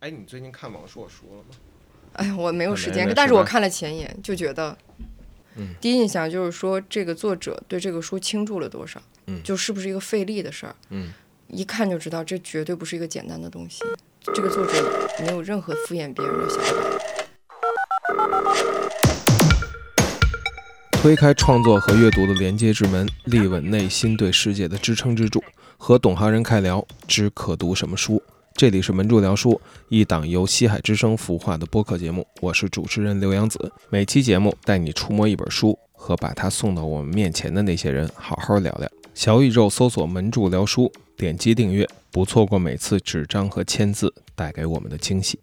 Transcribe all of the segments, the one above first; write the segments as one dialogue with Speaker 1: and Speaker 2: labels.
Speaker 1: 哎，你最近看王朔书了吗？
Speaker 2: 哎，我没有时
Speaker 3: 没
Speaker 2: 间
Speaker 3: 没，
Speaker 2: 但是
Speaker 3: 事
Speaker 2: 我
Speaker 3: 吧
Speaker 2: 看了前言，就觉得，
Speaker 3: 嗯
Speaker 2: 第一印象就是说这个作者对这个书倾注了多少，
Speaker 3: 嗯
Speaker 2: 就是不是一个费力的事儿，
Speaker 3: 嗯，
Speaker 2: 一看就知道这绝对不是一个简单的东西。这个作者没有任何敷衍别人的想法。
Speaker 3: 推开创作和阅读的连接之门，力稳内心对世界的支撑支柱，和懂行人开聊之可读什么书。这里是门柱聊书，一档由西海之声孵化的播客节目，我是主持人刘洋子。每期节目带你触摸一本书，和把它送到我们面前的那些人好好聊聊。小宇宙搜索“门柱聊书”，点击订阅，不错过每次纸张和签字带给我们的惊喜。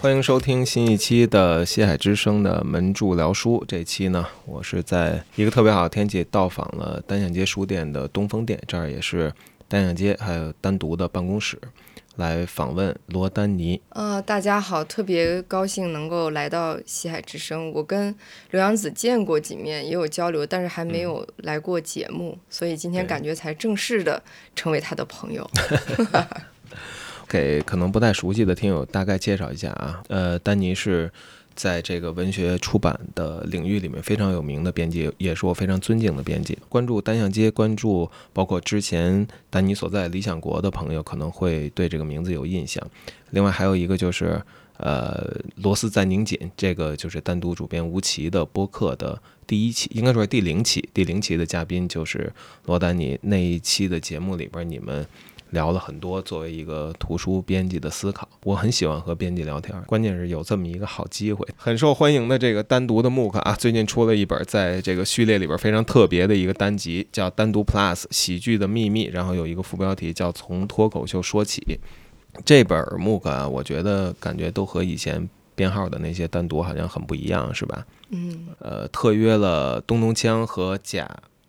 Speaker 3: 欢迎收听新一期的《西海之声》的门柱聊书。这期呢，我是在一个特别好的天气到访了单向街书店的东风店，这儿也是单向街还有单独的办公室，来访问罗丹尼。
Speaker 2: 呃，大家好，特别高兴能够来到西海之声。我跟刘洋子见过几面，也有交流，但是还没有来过节目，所以今天
Speaker 3: 嗯对
Speaker 2: 感觉才正式的成为他的朋友。
Speaker 3: 给可能不太熟悉的听友大概介绍一下啊，呃，丹尼是在这个文学出版的领域里面非常有名的编辑，也是我非常尊敬的编辑。关注单向街，关注包括之前丹尼所在理想国的朋友，可能会对这个名字有印象。另外还有一个就是。呃，罗斯在拧紧，这个就是单独主编吴奇的播客的第一期，应该说是第零期。第零期的嘉宾就是罗丹尼。那一期的节目里边，你们聊了很多作为一个图书编辑的思考。我很喜欢和编辑聊天儿，关键是有这么一个好机会，很受欢迎的这个单独的 MOOC 啊，最近出了一本在这个序列里边非常特别的一个单集，叫《单独 Plus 喜剧的秘密》，然后有一个副标题叫《从脱口秀说起》。这本 MOOC 啊，我觉得感觉都和以前编号的那些单独好像很不一样，是吧？
Speaker 2: 嗯，
Speaker 3: 呃，特约了东东锵和贾。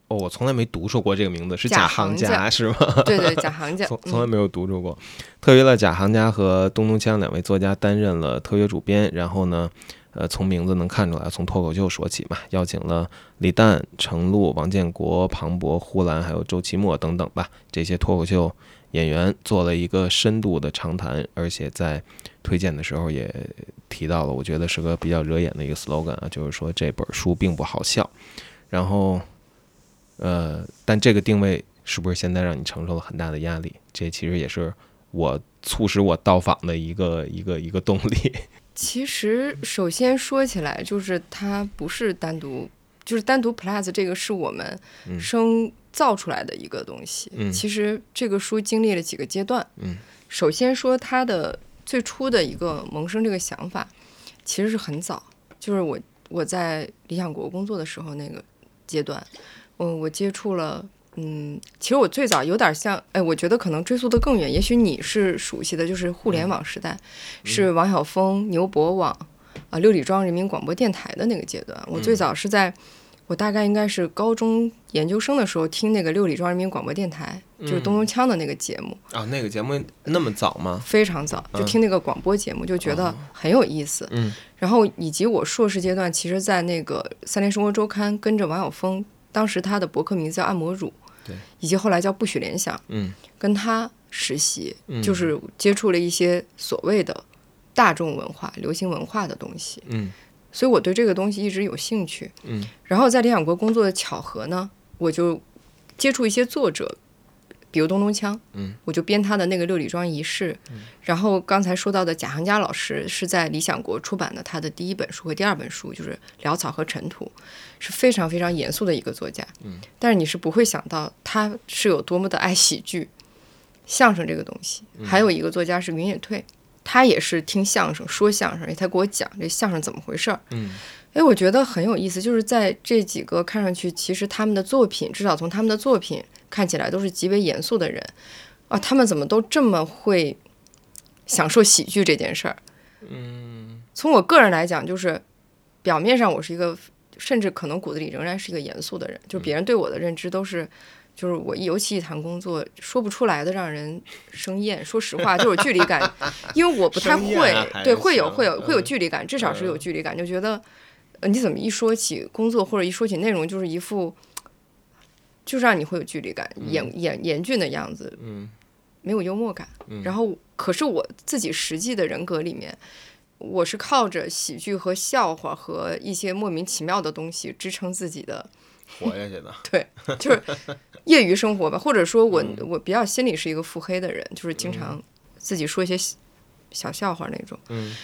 Speaker 3: 哦，我从来没读说过这个名字，是
Speaker 2: 贾
Speaker 3: 贾
Speaker 2: 行
Speaker 3: 行
Speaker 2: 家
Speaker 3: 家是吗？
Speaker 2: 对对，贾行家，
Speaker 3: 从从来
Speaker 2: 嗯、
Speaker 3: 没有读出过。特约了贾行家和东东锵两位作家担任了特约主编，然后呢，呃，从名字能看出来，从脱口秀说起嘛，邀请了李诞、程璐、王建国、庞博、呼兰，还有周奇墨等等吧，这些脱口秀演员做了一个深度的长谈，而且在推荐的时候也提到了，我觉得是个比较惹眼的一个 slogan 啊，就是说这本书并不好笑，然后。呃，但这个定位是不是现在让你承受了很大的压力？这其实也是我促使我到访的一个一个一个动力。
Speaker 2: 其实首先说起来，就是它不是单独，就是单独 Plus 这个是我们
Speaker 3: 嗯
Speaker 2: 生造出来的一个东西。
Speaker 3: 嗯
Speaker 2: 其实这个书经历了几个阶段。
Speaker 3: 嗯，
Speaker 2: 首先说它的最初的一个萌生这个想法，其实是很早，就是我我在理想国工作的时候那个阶段，嗯，我接触了。嗯，其实我最早有点像，哎，我觉得可能追溯的更远，也许你是熟悉的，就是互
Speaker 3: 嗯
Speaker 2: 联网时代，是王晓峰、牛博网啊、六里庄人民广播电台的那个阶段。
Speaker 3: 嗯
Speaker 2: 我最早是在、我大概应该是高中研究生的时候听那个六里庄人民广播电台，就是
Speaker 3: 嗯
Speaker 2: 东东锵的那个节目，
Speaker 4: 哦
Speaker 3: 啊，那个节目那么早吗？
Speaker 2: 非常早就听那个广播节目，就觉得很有意思。
Speaker 3: 哦嗯，
Speaker 2: 然后以及我硕士阶段，其实，在那个《三联生活周刊》跟着王晓峰，当时他的博客名字叫按摩乳，
Speaker 3: 对，
Speaker 2: 以及后来叫不许联想，
Speaker 3: 嗯，
Speaker 2: 跟他实习，
Speaker 3: 嗯
Speaker 2: 就是接触了一些所谓的大众文化、流行文化的东西。
Speaker 3: 嗯
Speaker 2: 所以我对这个东西一直有兴趣。
Speaker 3: 嗯，
Speaker 2: 然后在理想国工作的巧合呢，我就接触一些作者，比如东东锵，
Speaker 3: 嗯，
Speaker 2: 我就编他的那个六里庄仪式。然后刚才说到的贾行家老师是在理想国出版的他的第一本书和第二本书，就是《潦草》和《尘土》，是非常非常严肃的一个作家。嗯，但是你是不会想到他是有多么的爱喜剧、相声这个东西。
Speaker 3: 嗯
Speaker 2: 还有一个作家是云野退。他也是听相声，说相声，哎他给我讲这相声怎么回事儿，哎，我觉得很有意思，就是在这几个看上去，其实他们的作品，至少从他们的作品看起来都是极为严肃的人，啊，他们怎么都这么会享受喜剧这件事儿？嗯，从我个人来讲，就是表面上我是一个，甚至可能骨子里仍然是一个严肃的人，
Speaker 3: 嗯
Speaker 2: 就别人对我的认知都是。就是我一，尤其一谈工作，说不出来的让人生厌。说实话，就是距离 感，因为我不太
Speaker 3: 生
Speaker 2: 会
Speaker 3: 厌啊，
Speaker 2: 对，
Speaker 3: 还
Speaker 2: 会有
Speaker 3: 行
Speaker 2: 会有会有
Speaker 3: 嗯
Speaker 2: 距离感，至少是有距离感，就觉得呃，你怎么一说起工作或者一说起内容，就是一副就让你会有距离感，
Speaker 3: 嗯
Speaker 2: 严严严峻的样子，
Speaker 4: 嗯
Speaker 2: 没有幽默感。
Speaker 4: 嗯
Speaker 2: 然后，可是我自己实际的人格里面，我是靠着喜剧和笑话和一些莫名其妙的东西支撑自己的，
Speaker 4: 活下去的，
Speaker 2: 就是业余生活吧。或者说我，
Speaker 4: 嗯
Speaker 2: 我比较心里是一个腹黑的人，就是经常自己说一些小小笑话那种。
Speaker 4: 嗯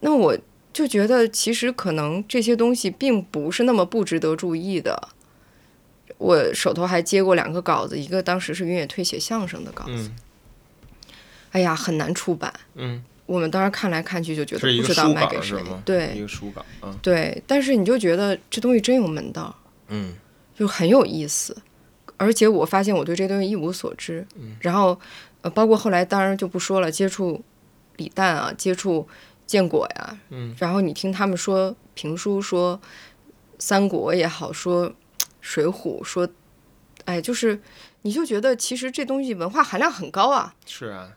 Speaker 2: 那我就觉得，其实可能这些东西并不是那么不值得注意的。我手头还接过两个稿子，一个当时是云野退写相声的稿子，
Speaker 4: 嗯
Speaker 2: 哎呀，很难出版。
Speaker 4: 嗯，
Speaker 2: 我们当时看来看去就觉
Speaker 4: 是
Speaker 2: 得
Speaker 4: 一个
Speaker 2: 不知道
Speaker 4: 书
Speaker 2: 卖
Speaker 4: 稿
Speaker 2: 给
Speaker 4: 是
Speaker 2: 谁
Speaker 4: 吗，？一
Speaker 2: 对
Speaker 3: 嗯
Speaker 4: 个书稿啊，
Speaker 2: 对，但是你就觉得这东西真有门道，
Speaker 4: 嗯
Speaker 2: 就很有意思。而且我发现我对这东西一无所知，然后呃，包括后来当然就不说了，接触李诞啊，接触建国呀，
Speaker 4: 嗯
Speaker 2: 然后你听他们说评书，说三国也好，说水浒，说哎，就是你就觉得其实这东西文化含量很高啊，
Speaker 4: 是啊，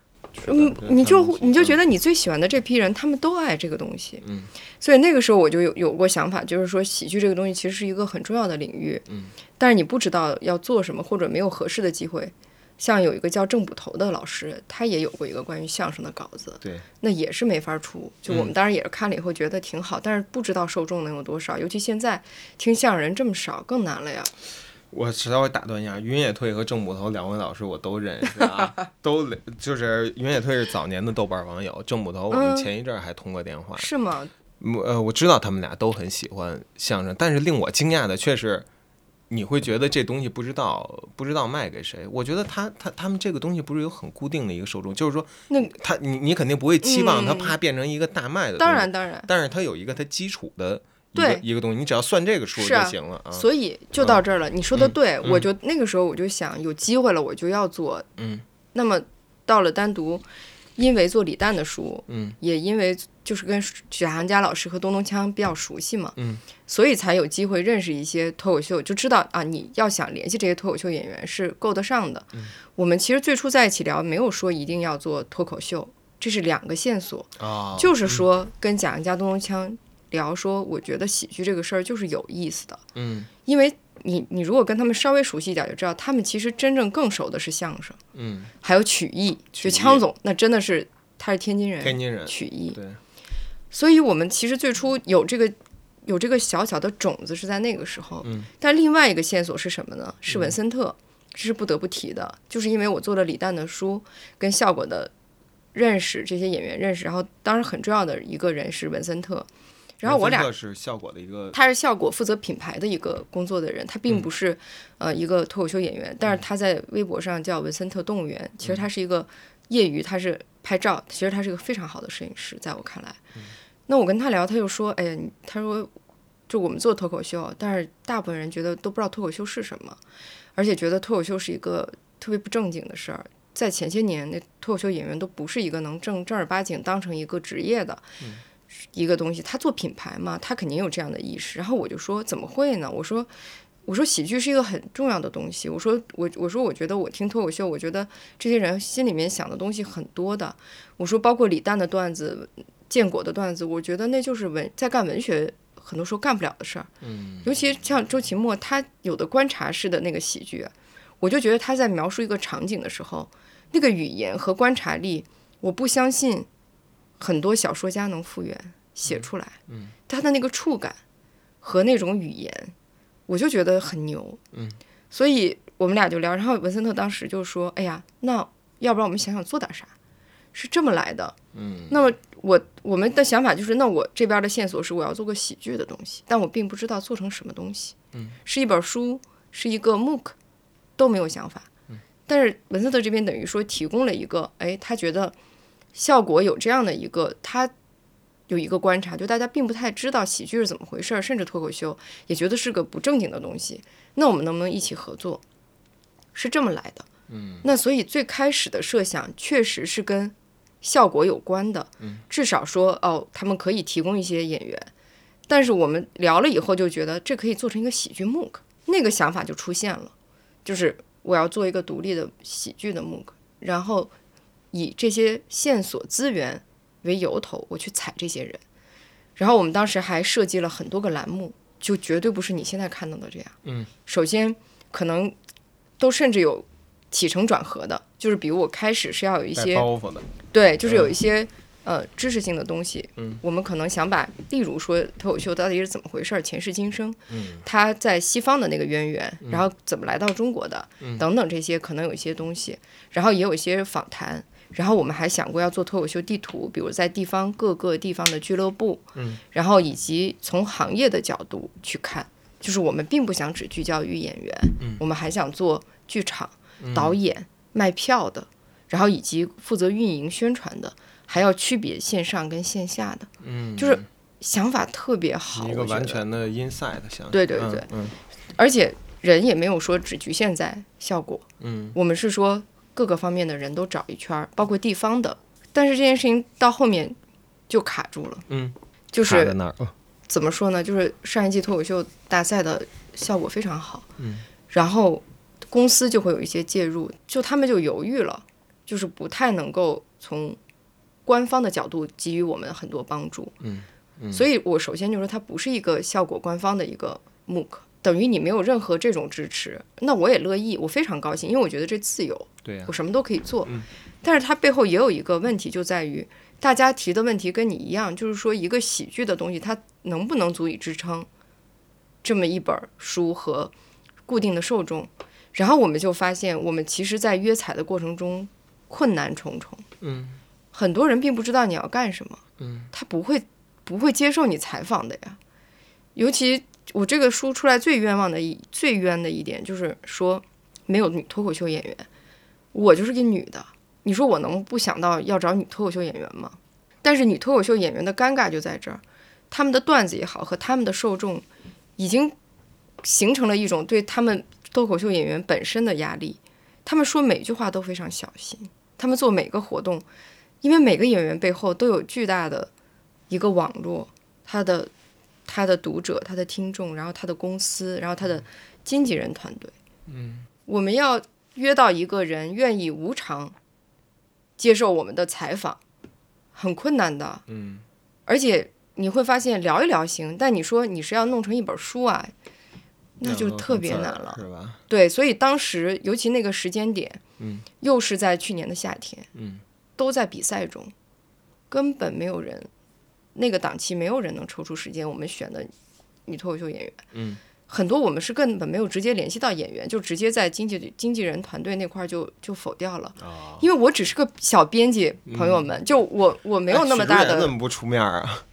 Speaker 2: 嗯，你就你就觉
Speaker 4: 得
Speaker 2: 得你最喜欢的这批人，他们都爱这个东西，
Speaker 4: 嗯，
Speaker 2: 所以那个时候我就有有过想法，就是说喜剧这个东西其实是一个很重要的领域，
Speaker 4: 嗯，
Speaker 2: 但是你不知道要做什么，或者没有合适的机会。像有一个叫郑捕头的老师，他也有过一个关于相声的稿子，
Speaker 4: 对，
Speaker 2: 那也是没法出。就
Speaker 4: 嗯
Speaker 2: 我们当然也是看了以后觉得挺好，但是不知道受众能有多少，尤其现在听相声人这么少，更难了呀。
Speaker 4: 我稍微打断一下，云野退和郑捕头两位老师我都认识 啊，都就是云野退是早年的豆瓣网友，郑捕头我们
Speaker 2: 嗯
Speaker 4: 前一阵儿还通过电话，
Speaker 2: 是吗？
Speaker 4: 嗯呃，我知道他们俩都很喜欢相声，但是令我惊讶的却是，你会觉得这东西不知道不知道卖给谁。我觉得他他他们这个东西不是有很固定的一个受众，就是说
Speaker 2: 那
Speaker 4: 他你你肯定不会期望他
Speaker 2: 嗯
Speaker 4: 啪变成一个大卖的，
Speaker 2: 当，然，当然。
Speaker 4: 但是它有一个它基础的一个
Speaker 2: 对
Speaker 4: 一个东西，你只要算这个数
Speaker 2: 是
Speaker 4: 就
Speaker 2: 啊
Speaker 4: 行了啊。
Speaker 2: 所以就到这儿了。你说的
Speaker 4: 嗯
Speaker 2: 对，我
Speaker 4: 嗯
Speaker 2: 就那个时候我就想，有机会了我就要做。
Speaker 4: 嗯，
Speaker 2: 那么到了单独，因为做李诞的书，
Speaker 4: 嗯，
Speaker 2: 也因为就是跟许寒佳老师和东东锵比较熟悉嘛，
Speaker 4: 嗯，
Speaker 2: 所以才有机会认识一些脱口秀，就知道啊，你要想联系这些脱口秀演员是够得上的。
Speaker 4: 嗯
Speaker 2: 我们其实最初在一起聊，没有说一定要做脱口秀，这是两个线索。
Speaker 4: 啊，
Speaker 2: 就是说跟贾行家东东锵聊说，我觉得喜剧这个事儿就是有意思的，
Speaker 4: 嗯
Speaker 2: 因为你你如果跟他们稍微熟悉一点，就知道他们其实真正更熟的是相声，
Speaker 4: 嗯，
Speaker 2: 还有曲艺，
Speaker 4: 曲
Speaker 2: 就
Speaker 4: 艺
Speaker 2: 枪总那真的是他是天津人，
Speaker 4: 天津人
Speaker 2: 曲艺，
Speaker 4: 对，
Speaker 2: 所以我们其实最初有这个。有这个小小的种子是在那个时候，
Speaker 4: 嗯
Speaker 2: 但另外一个线索是什么呢？是文森特，这是不得不提的，就是因为我做了李诞的书，跟效果的认识这些演员认识，然后当时很重要的一个人是文森特，然后我俩
Speaker 4: 文森特是效果的一个
Speaker 2: 他是效果负责品牌的一个工作的人，他并不是、呃一个脱口秀演员，但是他在微博上叫文森特动物园。其实他是一个业余，他是拍照，其实他是一个非常好的摄影师，在我看来。那我跟他聊，他就说：“哎呀，你他说就我们做脱口秀，但是大部分人觉得都不知道脱口秀是什么，而且觉得脱口秀是一个特别不正经的事儿。”在前些年，那脱口秀演员都不是一个能正正儿八经当成一个职业的，一个东西，他做品牌嘛，他肯定有这样的意识。然后我就说怎么会呢？我说我说喜剧是一个很重要的东西。我说我我说我觉得我听脱口秀，我觉得这些人心里面想的东西很多的。我说包括李诞的段子、建国的段子，我觉得那就是文在干文学。很多时候干不了的事儿，
Speaker 4: 嗯
Speaker 2: 尤其像周奇墨，他有的观察式的那个喜剧，我就觉得他在描述一个场景的时候，那个语言和观察力，我不相信很多小说家能复原写出来。
Speaker 4: 嗯
Speaker 2: 他的那个触感和那种语言，我就觉得很牛。
Speaker 4: 嗯，
Speaker 2: 所以我们俩就聊，然后文森特当时就说：“哎呀，那要不然我们想想做点啥？”是这么来的。
Speaker 4: 嗯，
Speaker 2: 那么我我们的想法就是，那我这边的线索是我要做个喜剧的东西，但我并不知道做成什么东西。
Speaker 4: 嗯，
Speaker 2: 是一本书，是一个 MOOC，都没有想法。
Speaker 4: 嗯
Speaker 2: 但是文森特这边等于说提供了一个，哎，他觉得效果有这样的一个，他有一个观察，就大家并不太知道喜剧是怎么回事儿，甚至脱口秀也觉得是个不正经的东西。那我们能不能一起合作？是这么来的。嗯，那所以最开始的设想确实是跟效果有关的。嗯，至少说哦，他们可以提供一些演员，但是我们聊了以后就觉得这可以做成一个喜剧 MOOC，那个想法就出现了，就是我要做一个独立的喜剧的 MOOC，然后以这些线索资源为由头，我去踩这些人。然后我们当时还设计了很多个栏目，就绝对不是你现在看到的这样。
Speaker 4: 嗯，
Speaker 2: 首先可能都甚至有起承转合的，就是比如我开始是要有一
Speaker 3: 带
Speaker 2: 些
Speaker 3: 哎包袱的，
Speaker 2: 对，就是有
Speaker 3: 嗯
Speaker 2: 一些、呃知识性的东西，
Speaker 3: 嗯，
Speaker 2: 我们可能想把，例如说脱口秀到底是怎么回事儿，前世今生，
Speaker 3: 嗯，
Speaker 2: 它在西方的那个渊源，然后怎么来到中国的，
Speaker 3: 嗯
Speaker 2: 等等这些可能有一些东西，然后也有一些访谈。然后我们还想过要做脱口秀地图，比如在地方各个地方的俱乐部，
Speaker 3: 嗯，
Speaker 2: 然后以及从行业的角度去看，就是我们并不想只聚焦于演员，
Speaker 3: 嗯
Speaker 2: 我们还想做剧场、导演、卖票的，然后以及负责运营宣传的，还要区别线上跟线下的，
Speaker 3: 嗯，
Speaker 2: 就是想法特别好，
Speaker 3: 一个
Speaker 2: 我觉
Speaker 3: 完
Speaker 2: 得
Speaker 3: 全的 inside 想
Speaker 2: 对对对
Speaker 3: 嗯
Speaker 2: 而且人也没有说只局限在效果，
Speaker 3: 嗯
Speaker 2: 我们是说各个方面的人都找一圈儿，包括地方的。但是这件事情到后面就卡住了，
Speaker 3: 嗯
Speaker 2: 就
Speaker 4: 卡在
Speaker 2: 是
Speaker 4: 那儿，
Speaker 2: 怎么说呢？就是上一季脱口秀大赛的效果非常好，
Speaker 3: 嗯，
Speaker 2: 然后公司就会有一些介入，就他们就犹豫了，就是不太能够从官方的角度给予我们很多帮助，
Speaker 3: 嗯嗯
Speaker 2: 所以我首先就说它不是一个效果官方的一个 MOOC，等于你没有任何这种支持，那我也乐意，我非常高兴，因为我觉得这自由，
Speaker 4: 啊
Speaker 3: 对呀
Speaker 2: 我，什么都可以做。
Speaker 3: 嗯
Speaker 2: 但是它背后也有一个问题，就在于大家提的问题跟你一样，就是说一个喜剧的东西，它能不能足以支撑这么一本书和固定的受众？然后我们就发现，我们其实，在约彩的过程中困难重重，
Speaker 3: 嗯
Speaker 2: 很多人并不知道你要干什么。
Speaker 3: 嗯
Speaker 2: 他不会不会接受你采访的呀。尤其我这个书出来最冤枉的一最冤的一点就是说，没有女脱口秀演员，我就是个女的，你说我能不想到要找女脱口秀演员吗？但是女脱口秀演员的尴尬就在这儿，他们的段子也好和他们的受众已经形成了一种对他们脱口秀演员本身的压力，他们说每句话都非常小心，他们做每个活动，因为每个演员背后都有巨大的一个网络，他的他的读者、他的听众，然后他的公司，然后他的经纪人团队。
Speaker 3: 嗯
Speaker 2: 我们要约到一个人愿意无偿接受我们的采访，很困难的。
Speaker 3: 嗯
Speaker 2: 而且你会发现聊一聊行，但你说你是要弄成一本书啊，那就特别难了。
Speaker 3: 是吧？
Speaker 2: 对，所以当时尤其那个时间点，
Speaker 3: 嗯，
Speaker 2: 又是在去年的夏天，
Speaker 3: 嗯，
Speaker 2: 都在比赛中，根本没有人，那个档期没有人能抽出时间，我们选的女脱口秀演员，
Speaker 3: 嗯，
Speaker 2: 很多我们是根本没有直接联系到演员，就直接在经纪经纪人团队那块儿就就否掉了，
Speaker 3: 哦嗯
Speaker 2: 因为我只是个小编辑，朋友们，就我我没有那么大
Speaker 3: 哎许知远
Speaker 2: 的，
Speaker 3: 怎么不出面儿啊？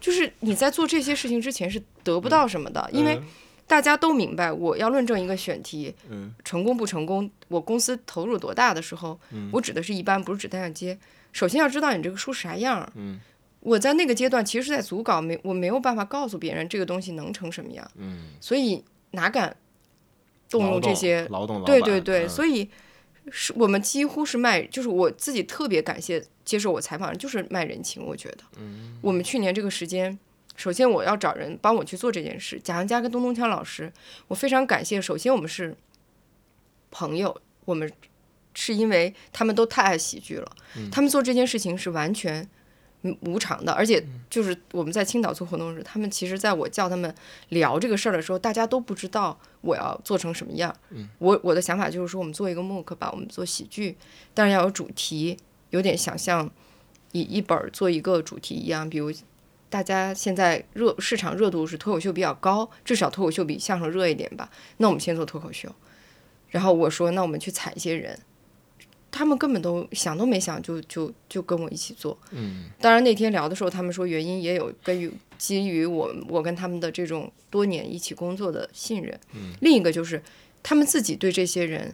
Speaker 2: 就是你在做这些事情之前是得不到什么的，因为
Speaker 3: 嗯
Speaker 2: 大家都明白我要论证一个选题，
Speaker 3: 嗯
Speaker 2: 成功不成功，我公司投入多大的时候，
Speaker 3: 嗯
Speaker 2: 我指的是一般，不是指单向街。首先要知道你这个书啥样儿。
Speaker 3: 嗯
Speaker 2: 我在那个阶段其实是在组稿，没我没有办法告诉别人这个东西能成什么样，
Speaker 3: 嗯，
Speaker 2: 所以哪敢动
Speaker 3: 劳
Speaker 2: 用这些？
Speaker 3: 劳动老
Speaker 2: 对
Speaker 3: 板
Speaker 2: 对对，
Speaker 3: 嗯
Speaker 2: 所以是我们几乎是卖，就是我自己特别感谢接受我采访的人，就是卖人情。我觉得，
Speaker 3: 嗯
Speaker 2: 我们去年这个时间，首先我要找人帮我去做这件事。贾行家跟东东锵老师，我非常感谢。首先我们是朋友，我们是因为他们都太爱喜剧了，
Speaker 3: 嗯
Speaker 2: 他们做这件事情是完全嗯无偿的，而且就是我们在青岛做活动时，他们其实在我叫他们聊这个事儿的时候，大家都不知道我要做成什么样。
Speaker 3: 嗯、
Speaker 2: 我我的想法就是说，我们做一个 MOOC 吧，我们做喜剧，但是要有主题，有点想像以一本儿做一个主题一样，比如。大家现在热市场热度是脱口秀比较高，至少脱口秀比相声热一点吧。那我们先做脱口秀，然后我说那我们去采一些人，他们根本都想都没想就就就跟我一起做。
Speaker 3: 嗯
Speaker 2: 当然那天聊的时候，他们说原因也有根于基于我我跟他们的这种多年一起工作的信任，
Speaker 3: 嗯
Speaker 2: 另一个就是他们自己对这些人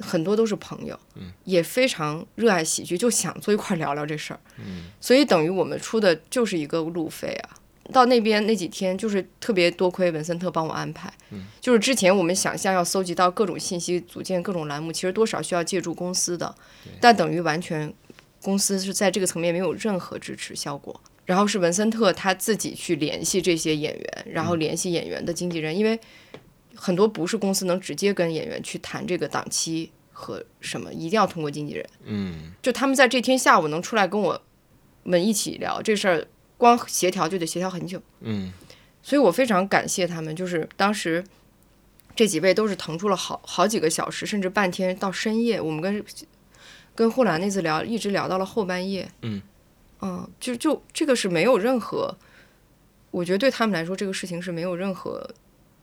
Speaker 2: 很多都是朋友，
Speaker 3: 嗯
Speaker 2: 也非常热爱喜剧，就想坐一块儿聊聊这事儿，
Speaker 3: 嗯
Speaker 2: 所以等于我们出的就是一个路费啊。到那边那几天，就是特别多亏文森特帮我安排。
Speaker 3: 嗯
Speaker 2: 就是之前我们想象要搜集到各种信息，组建各种栏目，其实多少需要借助公司的，但等于完全公司是在这个层面没有任何支持效果。然后是文森特他自己去联系这些演员，然后联系演员的经纪人，因为很多不是公司能直接跟演员去谈这个档期和什么，一定要通过经纪人。
Speaker 3: 嗯
Speaker 2: 就他们在这天下午能出来跟我们一起聊这事儿，光协调就得协调很久，
Speaker 3: 嗯
Speaker 2: 所以我非常感谢他们。就是当时这几位都是腾出了好好几个小时，甚至半天到深夜。我们跟跟护栏那次聊，一直聊到了后半夜。
Speaker 3: 嗯
Speaker 2: 嗯，就就这个是没有任何，我觉得对他们来说，这个事情是没有任何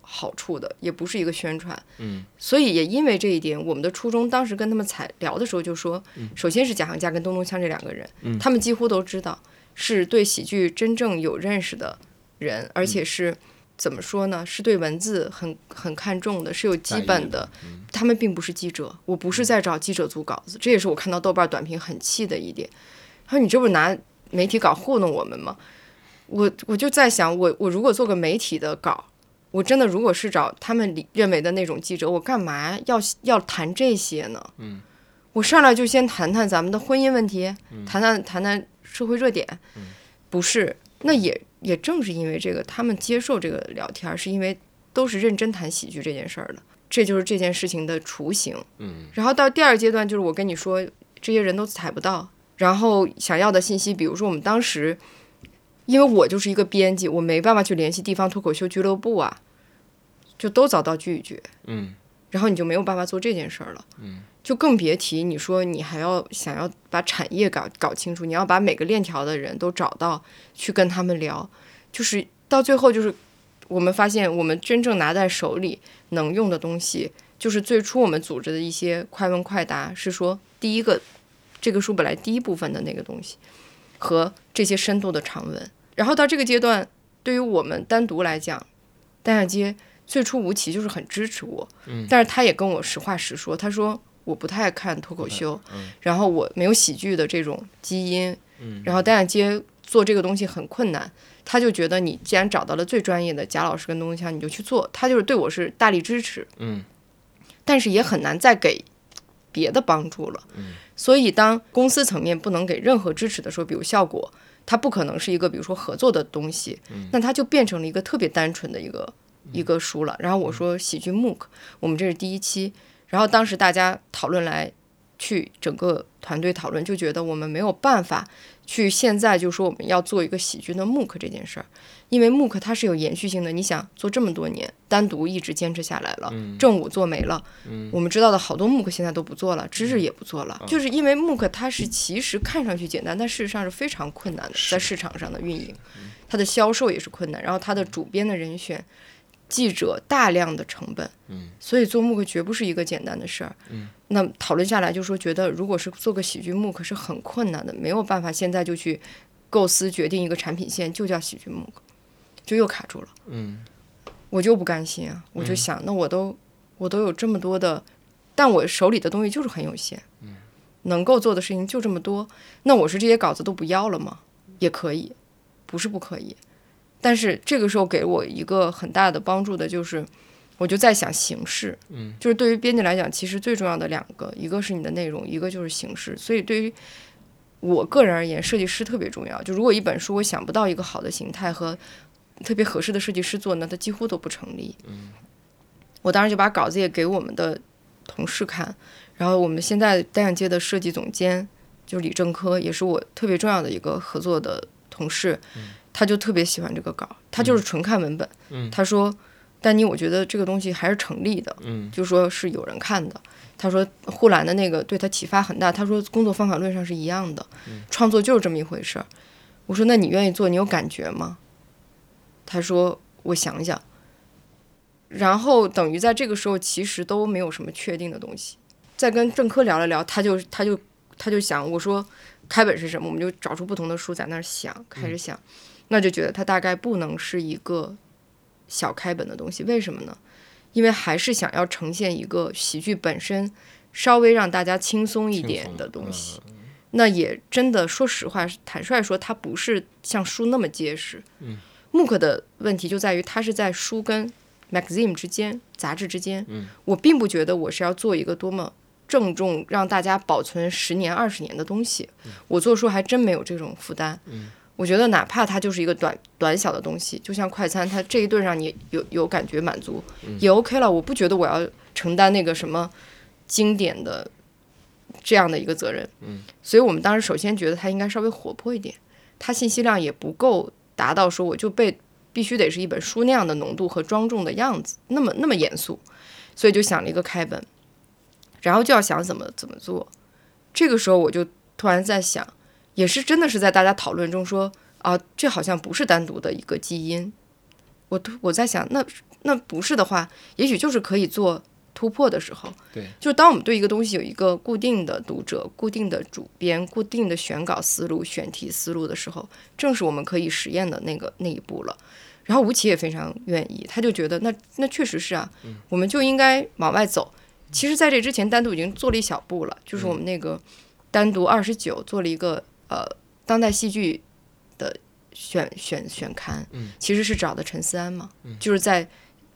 Speaker 2: 好处的，也不是一个宣传。
Speaker 3: 嗯，
Speaker 2: 所以也因为这一点，我们的初衷当时跟他们采聊的时候就说，首先是贾行家跟东东锵这两个人，
Speaker 3: 嗯
Speaker 2: 他们几乎都知道是对喜剧真正有认识的人，而且是。怎么说呢？是对文字很很看重的，是有基本的。
Speaker 3: 嗯
Speaker 2: 他们并不是记者，我不是在找记者组稿子，这也是我看到豆瓣短评很气的一点。他说：“你这不是拿媒体稿糊弄我们吗？”我我就在想，我我如果做个媒体的稿，我真的如果是找他们理认为的那种记者，我干嘛要要谈这些呢？嗯，我上来就先谈谈咱们的婚姻问题，谈谈谈谈社会热点，不是？那也也正是因为这个，他们接受这个聊天儿，是因为都是认真谈喜剧这件事儿的，这就是这件事情的雏形。
Speaker 3: 嗯，
Speaker 2: 然后到第二阶段就是我跟你说，这些人都采不到，然后想要的信息，比如说我们当时。因为我就是一个编辑，我没办法去联系地方脱口秀俱乐部啊，就都遭到拒绝，
Speaker 3: 嗯，
Speaker 2: 然后你就没有办法做这件事儿了，嗯，就更别提你说你还要想要把产业搞搞清楚，你要把每个链条的人都找到，去跟他们聊，就是到最后就是我们发现我们真正拿在手里能用的东西，就是最初我们组织的一些快问快答，是说第一个这个书本来第一部分的那个东西和这些深度的长文，然后到这个阶段，对于我们单独来讲，丹亚街最初吴奇就是很支持我，但是他也跟我实话实说，他说我不太嗯看脱口秀，然后我没有喜剧的这种基因，然后丹亚街做这个东西很困难，他就觉得你既然找到了最专业的贾老师跟东东强，你就去做，他就是对我是大力支持，
Speaker 3: 嗯，
Speaker 2: 但是也很难再给别的帮助了，所以当公司层面不能给任何支持的时候，比如效果，它不可能是一个比如说合作的东西，那它就变成了一个特别单纯的一个、一个书了。然后我说喜剧 MOOC，我们这是第一期，然后当时大家讨论来去整个团队讨论，就觉得我们没有办法去现在就说我们要做一个喜剧的 MOOC 这件事儿，因为 MOOC 它是有延续性的，你想做这么多年，单独一直坚持下来了，正午做没了，我们知道的好多 MOOC 现在都不做了，知识也不做了，就是因为 MOOC 它是其实看上去简单，但事实上是非常困难的，在市场上的运营，它的销售也是困难，然后它的主编的人选、记者大量的成本，所以做 MOOC 绝不是一个简单的事儿。那讨论下来就说，觉得如果是做个喜剧 MOOC 是很困难的，没有办法现在就去构思决定一个产品线就叫喜剧 MOOC，就又卡住了。
Speaker 3: 嗯，
Speaker 2: 我就不甘心啊，我就想，那我都我都有这么多的，但我手里的东西就是很有限，嗯，能够做的事情就这么多，那我是这些稿子都不要了吗？也可以，不是不可以，但是这个时候给我一个很大的帮助的就是，我就在想形式，嗯，就是对于编辑来讲，其实最重要的两个，一个是你的内容，一个就是形式，所以对于我个人而言，设计师特别重要。就如果一本书我想不到一个好的形态和特别合适的设计师做呢，它几乎都不成立。我当时就把稿子也给我们的同事看，然后我们现在单眼街的设计总监就是李正科，也是我特别重要的一个合作的同事，他就特别喜欢这个稿，他就是纯看文本，他说。丹尼，我觉得这个东西还是成立的，就说是有人看的。他说护栏的那个对他启发很大，他说工作方法论上是一样的，创作就是这么一回事儿。我说那你愿意做，你有感觉吗？他说我想想，然后等于在这个时候其实都没有什么确定的东西。再跟郑科聊了聊，他就他就他就想我说开本是什么，我们就找出不同的书在那儿想，开始想，那就觉得它大概不能是一个小开本的东西，为什么呢？因为还是想要呈现一个喜剧本身稍微让大家轻松嗯一点的东西。那也真的，说实话，坦率说，它不是像书那么结实。嗯，MOOC 的问题就在于它是在书跟 magazine 之间、杂志之间。嗯，我并不觉得我是要做一个多么郑重让大家保存十年、二十年的东西。我做书还真没有这种负担。嗯，我觉得哪怕它就是一个短短小的东西，就像快餐，它这一顿让你有有感觉满足、也 OK 了。我不觉得我要承担那个什么经典的这样的一个责任。所以我们当时首先觉得它应该稍微活泼一点，它信息量也不够达到说我就被必须得是一本书那样的浓度和庄重的样子，那么那么严肃。所以就想了一个开本，然后就要想怎么怎么做。这个时候我就突然在想，也是真的是在大家讨论中说啊，这好像不是单独的一个基因。我突我在想，那那不是的话，也许就是可以做突破的时候。
Speaker 3: 对，
Speaker 2: 就是当我们对一个东西有一个固定的读者、固定的主编、固定的选稿思路、选题思路的时候，正是我们可以实验的那个那一步了。然后吴奇也非常愿意，他就觉得那那确实是啊，我们就应该往外走。其实，在这之前，单独已经做了一小步了，就是我们那个单独二十九做了一个呃当代戏剧的选选选刊，其实是找的陈思安嘛，就是在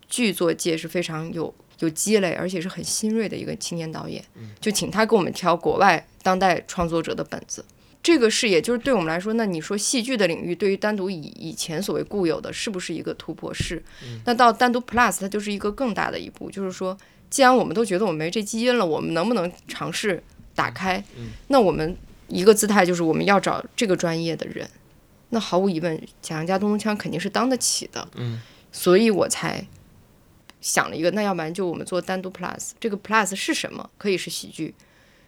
Speaker 2: 剧作界是非常有有积累，而且是很新锐的一个青年导演，就请他给我们挑国外当代创作者的本子。这个视野就是对我们来说，那你说戏剧的领域对于单独以以前所谓固有的，是不是一个突破？是。那到单独 Plus，它就是一个更大的一步，就是说，既然我们都觉得我们没这基因了，我们能不能尝试打开？那我们一个姿态就是我们要找这个专业的人。那毫无疑问，贾行家东东枪肯定是当得起的。
Speaker 3: 嗯，
Speaker 2: 所以我才想了一个，那要不然就我们做单独 Plus，这个 Plus 是什么？可以是喜剧。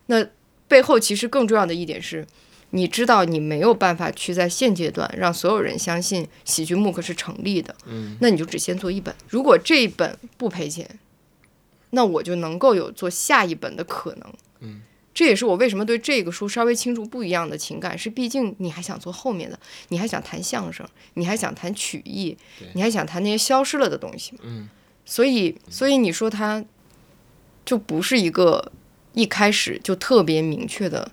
Speaker 2: 那背后其实更重要的一点是，你知道你没有办法去在现阶段让所有人相信喜剧 MOOC 是成立的，嗯，那你就只先做一本。如果这一本不赔钱，那我就能够有做下一本的可能，嗯。这也是我为什么对这个书稍微倾注不一样的情感，是毕竟你还想做后面的，你还想谈相声，你还想谈曲艺，你还想谈那些消失了的东西嘛。嗯，所以所以你说它就不是一个一开始就特别明确的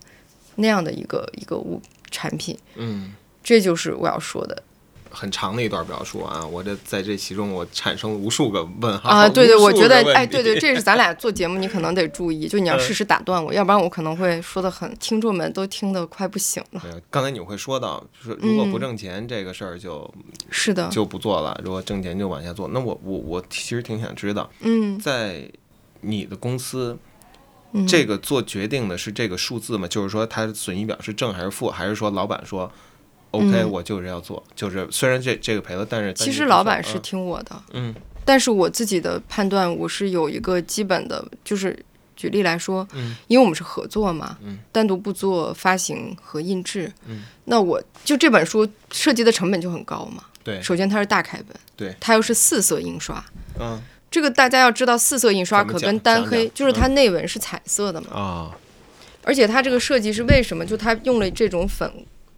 Speaker 2: 那样的一个一个物产品。
Speaker 3: 嗯，
Speaker 2: 这就是我要说的
Speaker 3: 很长的一段表述啊，我这在这其中我产生了无数个问号
Speaker 2: 啊！对对，
Speaker 3: 无数
Speaker 2: 我觉得
Speaker 3: 个问
Speaker 2: 哎，
Speaker 3: 题嗯
Speaker 2: 对对，这是 咱俩做节目，你可能得注意，就你要适时打断我，要不然我可能会说的很，听众们都听得快不行了。
Speaker 3: 没有刚才你会说到，就是如
Speaker 2: 嗯
Speaker 3: 果不挣钱这个事儿就、
Speaker 2: 是的，
Speaker 3: 就不做了，如果挣钱就往下做。那我我我其实挺想知道，
Speaker 2: 嗯
Speaker 3: 在你的公司，
Speaker 2: 嗯，
Speaker 3: 这个做决定的是这个数字吗？就是说，它损益表是正还是负，还是说老板说，OK，、
Speaker 2: 嗯
Speaker 3: 我就是要做，就是虽然这这个赔了，但是
Speaker 2: 其实老板是
Speaker 3: 是
Speaker 2: 听我的，
Speaker 3: 嗯
Speaker 2: 但是我自己的判断，我是有一个基本的，就是举例来说，
Speaker 3: 嗯
Speaker 2: 因为我们是合作嘛，
Speaker 3: 嗯
Speaker 2: 单独不做发行和印制，
Speaker 3: 嗯
Speaker 2: 那我就这本书设计的成本就很高嘛。
Speaker 3: 嗯对，
Speaker 2: 首先它是大开本，
Speaker 3: 对
Speaker 2: 它又是四色印刷，
Speaker 3: 嗯
Speaker 2: 这个大家要知道，四色印刷
Speaker 3: 怎么
Speaker 2: 可
Speaker 3: 讲
Speaker 2: 跟单
Speaker 3: 讲嗯
Speaker 2: 黑，
Speaker 3: 讲
Speaker 2: 就是它内文是彩色的嘛，
Speaker 4: 啊，
Speaker 2: 而且它这个设计是为什么？就它用了这种粉，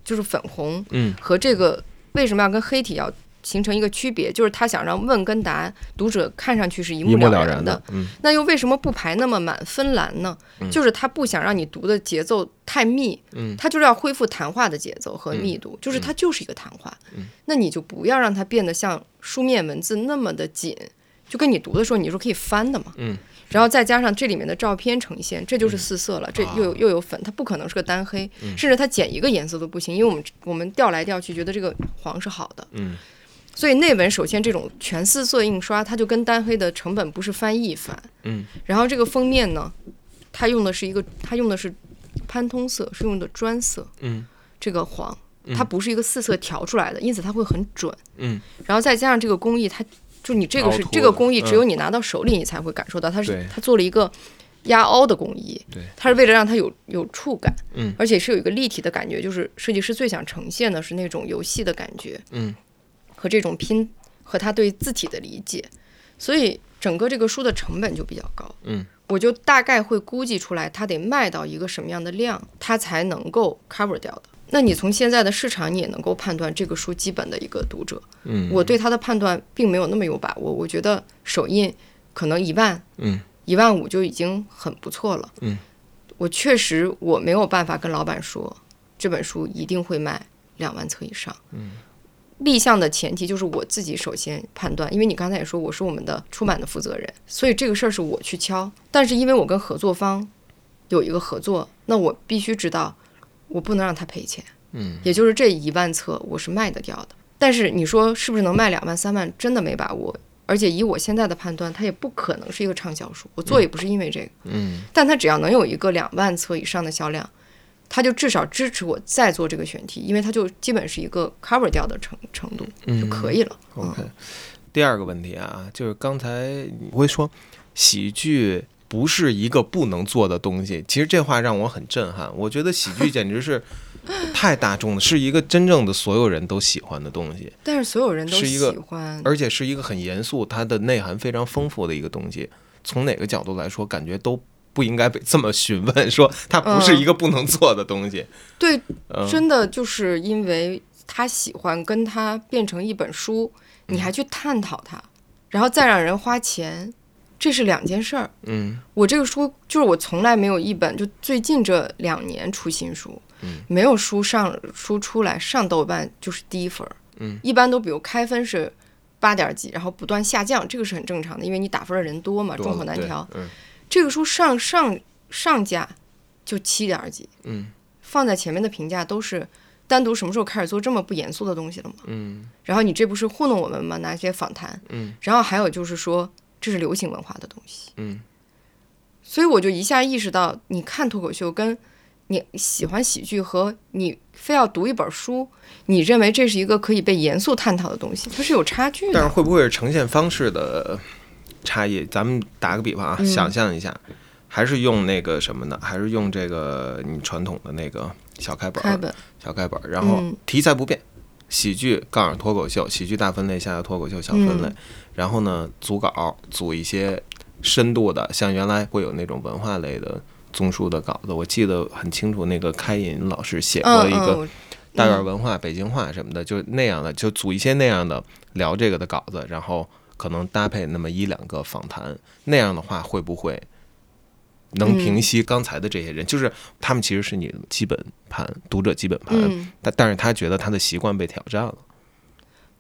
Speaker 2: 就是粉红，
Speaker 3: 嗯，
Speaker 2: 和这个为什么要跟黑体要形成一个区别？就是他想让问跟答读者看上去是一
Speaker 4: 一
Speaker 2: 目
Speaker 4: 目
Speaker 2: 了
Speaker 4: 了
Speaker 2: 然
Speaker 4: 的，嗯
Speaker 2: 那又为什么不排那么满分栏呢？就是他不想让你读的节奏太密，
Speaker 3: 嗯
Speaker 2: 他就是要恢复谈话的节奏和密度，
Speaker 4: 嗯
Speaker 2: 就是它就是一个谈话，那你就不要让它变得像书面文字那么的紧，就跟你读的时候你是可以翻的嘛，
Speaker 3: 嗯
Speaker 2: 然后再加上这里面的照片呈现，这就是四色了，这
Speaker 3: 啊
Speaker 2: 又有又有粉，它不可能是个单黑，
Speaker 3: 嗯
Speaker 2: 甚至它剪一个颜色都不行，因为我们我们调来调去觉得这个黄是好的，
Speaker 3: 嗯
Speaker 2: 所以内文首先这种全四色印刷，它就跟单黑的成本不是翻一番，
Speaker 3: 嗯，
Speaker 2: 然后这个封面呢，它用的是一个，它用的是潘通色，是用的砖色，
Speaker 3: 嗯，
Speaker 2: 这个黄，它不是一个四色调出来的，因此它会很准，
Speaker 3: 嗯，
Speaker 2: 然后再加上这个工艺，它就你这个
Speaker 3: 凹
Speaker 2: 是
Speaker 3: 凸的
Speaker 2: 这个工艺，
Speaker 3: 嗯
Speaker 2: 只有你拿到手里你才会感受到，它
Speaker 3: 对
Speaker 2: 是它做了一个压凹的工艺，
Speaker 3: 对，
Speaker 2: 它是为了让它有有触感，
Speaker 3: 嗯，
Speaker 2: 而且是有一个立体的感觉，就是设计师最想呈现的是那种游戏的感觉，
Speaker 3: 嗯，
Speaker 2: 和这种拼和他对字体的理解，所以整个这个书的成本就比较高，
Speaker 3: 嗯，
Speaker 2: 我就大概会估计出来它得卖到一个什么样的量，它才能够 cover 掉的。那你从现在的市场，你也能够判断这个书基本的一个读者，
Speaker 3: 嗯
Speaker 2: 我对它的判断并没有那么有把握。我觉得首印可能一万，
Speaker 3: 嗯，
Speaker 2: 一万五就已经很不错了。
Speaker 3: 嗯，
Speaker 2: 我确实我没有办法跟老板说这本书一定会卖两万册以上。嗯，立项的前提就是我自己首先判断，因为你刚才也说我是我们的出版的负责人，所以这个事儿是我去敲。但是因为我跟合作方有一个合作，那我必须知道我不能让他赔钱。
Speaker 3: 嗯，
Speaker 2: 也就是这一万册我是卖得掉的。但是你说是不是能卖两万三万，真的没把握。而且以我现在的判断，它也不可能是一个畅销书。我做也不是因为这个，
Speaker 3: 嗯，
Speaker 2: 但它只要能有一个两万册以上的销量，它就至少支持我再做这个选题，因为它就基本是一个 cover 掉的程程
Speaker 3: 嗯
Speaker 2: 度就可以了。嗯
Speaker 3: OK，第二个问题啊，就是刚才你会说喜剧不是一个不能做的东西。其实这话让我很震撼，我觉得喜剧简直是太大众了，是一个真正的所有人都喜欢的东西，
Speaker 2: 但是所有人都
Speaker 3: 是一个
Speaker 2: 喜欢，
Speaker 3: 而且是一个很严肃，它的内涵非常丰富的一个东西。从哪个角度来说，感觉都不应该被这么询问，说它不是一个不能做的东西。
Speaker 2: 对，
Speaker 3: 嗯，
Speaker 2: 真的就是因为他喜欢，跟他变成一本书，你还去探讨它，然后再让人花钱，这是两件事儿。
Speaker 3: 嗯，
Speaker 2: 我这个书就是我从来没有一本，就最近这两年出新书，
Speaker 3: 嗯
Speaker 2: 没有书上书出来上豆瓣就是低分，
Speaker 3: 嗯，
Speaker 2: 一般都比如开分是八点几，然后不断下降，这个是很正常的，因为你打分的人多嘛，
Speaker 3: 多
Speaker 2: 众
Speaker 3: 了
Speaker 2: 口啊难
Speaker 3: 对
Speaker 2: 调。
Speaker 3: 嗯
Speaker 2: 这个书上上上架就七点几，
Speaker 3: 嗯
Speaker 2: 放在前面的评价都是单独什么时候开始做这么不严肃的东西了吗？
Speaker 3: 嗯
Speaker 2: 然后你这不是糊弄我们吗？拿一些访谈，
Speaker 3: 嗯，
Speaker 2: 然后还有就是说这是流行文化的东西，
Speaker 3: 嗯，
Speaker 2: 所以我就一下意识到，你看脱口秀跟你喜欢喜剧和你非要读一本书，你认为这是一个可以被严肃探讨的东西，它是有差距
Speaker 3: 但是
Speaker 2: 的。
Speaker 3: 会不会是呈现方式的差异？咱们打个比方啊，
Speaker 2: 嗯
Speaker 3: 想象一下，还是用那个什么呢？还是用这个你传统的那个小开本儿，
Speaker 2: 开本，
Speaker 3: 小开本儿，然后
Speaker 2: 嗯
Speaker 3: 题材不变，喜剧杠上脱口秀，喜剧大分类下的脱口秀小分类，
Speaker 2: 嗯
Speaker 3: 然后呢组稿组一些深度的，像原来会有那种文化类的。综述的稿子，我记得很清楚。那个开隐老师写过
Speaker 2: 嗯
Speaker 3: 一个
Speaker 2: 嗯，我
Speaker 3: 大院文化、北京话什么的，就那样的，就组一些那样的聊这个的稿子，然后可能搭配那么一两个访谈，那样的话会不会能
Speaker 2: 嗯
Speaker 3: 平息刚才的这些人？就是他们其实是你的基本盘，读者基本盘，
Speaker 2: 嗯，
Speaker 3: 但但是他觉得他的习惯被挑战了。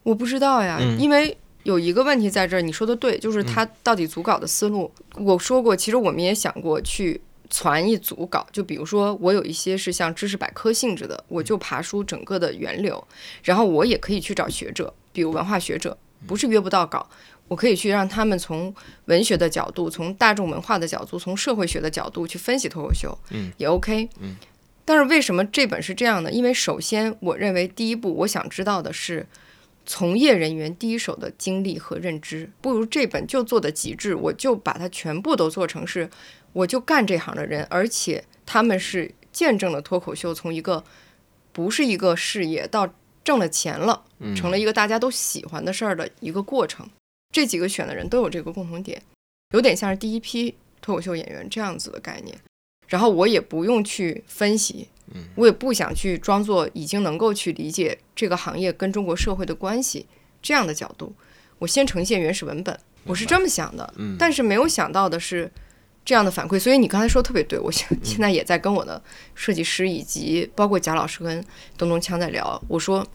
Speaker 2: 我不知道呀，
Speaker 3: 嗯
Speaker 2: 因为有一个问题在这儿，你说的对，就是他到底组稿的思路。我说过，其实我们也想过去传一组稿，就比如说我有一些是像知识百科性质的，
Speaker 3: 嗯
Speaker 2: 我就爬书整个的源流，然后我也可以去找学者，比如文化学者，不是约不到稿。我可以去让他们从文学的角度、从大众文化的角度、从社会学的角度去分析脱口秀，
Speaker 3: 嗯，
Speaker 2: 也 OK，
Speaker 3: 嗯。
Speaker 2: 但是为什么这本是这样呢？因为首先，我认为第一步我想知道的是，从业人员第一手的经历和认知，不如这本就做的极致，我就把它全部都做成是，我就干这行的人，而且他们是见证了脱口秀从一个不是一个事业到挣了钱了，
Speaker 3: 嗯
Speaker 2: 成了一个大家都喜欢的事儿的一个过程。这几个选的人都有这个共同点，有点像是第一批脱口秀演员这样子的概念。然后我也不用去分析，我也不想去装作已经能够去理解这个行业跟中国社会的关系这样的角度，我先呈现原始文本，我是这么想的。
Speaker 3: 嗯
Speaker 2: 但是没有想到的是这样的反馈，所以你刚才说得特别对，我现
Speaker 3: 嗯
Speaker 2: 现在也在跟我的设计师以及包括贾老师跟东东锵在聊，我说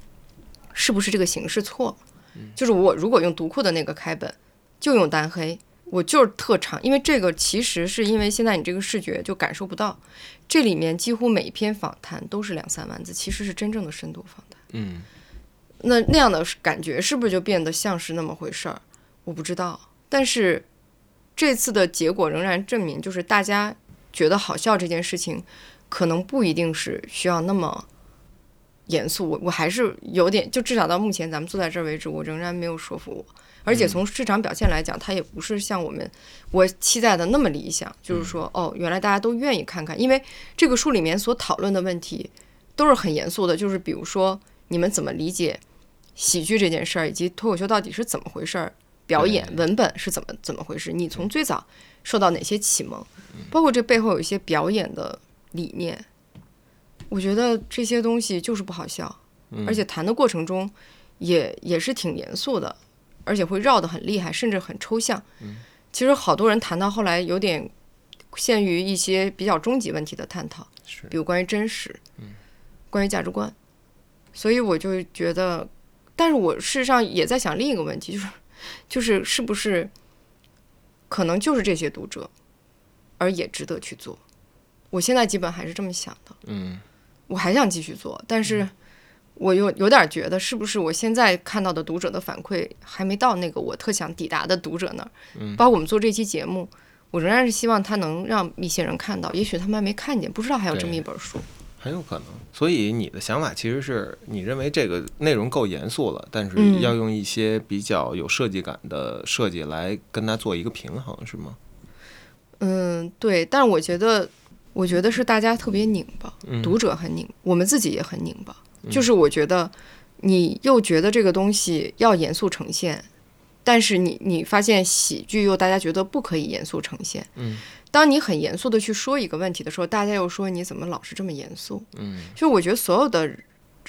Speaker 2: 是不是这个形式错了？
Speaker 3: 嗯
Speaker 2: 就是我如果用读库的那个开本，就用单黑。我就是特长，因为这个其实是因为现在你这个视觉就感受不到，这里面几乎每一篇访谈都是两三万字，其实是真正的深度访谈。
Speaker 3: 嗯，
Speaker 2: 那那样的感觉是不是就变得像是那么回事儿？我不知道。但是这次的结果仍然证明，就是大家觉得好笑这件事情，可能不一定是需要那么严肃。我我还是有点，就至少到目前咱们坐在这儿为止，我仍然没有说服我。而且从市场表现来讲，它也不是像我们我期待的那么理想。就是说，哦，原来大家都愿意看看，因为这个书里面所讨论的问题都是很严肃的，就是比如说你们怎么理解喜剧这件事儿，以及脱口秀到底是怎么回事儿，表演文本是怎么怎么回事，你从最早受到哪些启蒙，包括这背后有一些表演的理念，我觉得这些东西就是不好笑，而且谈的过程中也也是挺严肃的，而且会绕得很厉害，甚至很抽象。其实好多人谈到后来有点限于一些比较终极问题的探讨，
Speaker 3: 是
Speaker 2: 比如关于真实，关于价值观，所以我就觉得，但是我事实上也在想另一个问题，就是 就是是不是可能就是这些读者，而也值得去做。我现在基本还是这么想的，
Speaker 3: 嗯，
Speaker 2: 我还想继续做，但是我有有点觉得，是不是我现在看到的读者的反馈还没到那个我特想抵达的读者那儿？嗯，包括我们做这期节目，我仍然是希望它能让一些人看到，也许他们还没看见，不知道还有这么
Speaker 3: 对
Speaker 2: 一本书。
Speaker 3: 很有可能。所以你的想法其实是你认为这个内容够严肃了，但是
Speaker 2: 嗯
Speaker 3: 要用一些比较有设计感的设计来跟它做一个平衡，是吗？
Speaker 2: 嗯，对，但我觉得，我觉得是大家特别拧巴，
Speaker 3: 嗯
Speaker 2: 读者很拧，我们自己也很拧巴。就是我觉得，你又觉得这个东西要严肃呈现，但是你你发现喜剧又大家觉得不可以严肃呈现。
Speaker 3: 嗯，
Speaker 2: 当你很严肃的去说一个问题的时候，大家又说你怎么老是这么严肃？
Speaker 3: 嗯，
Speaker 2: 就我觉得所有的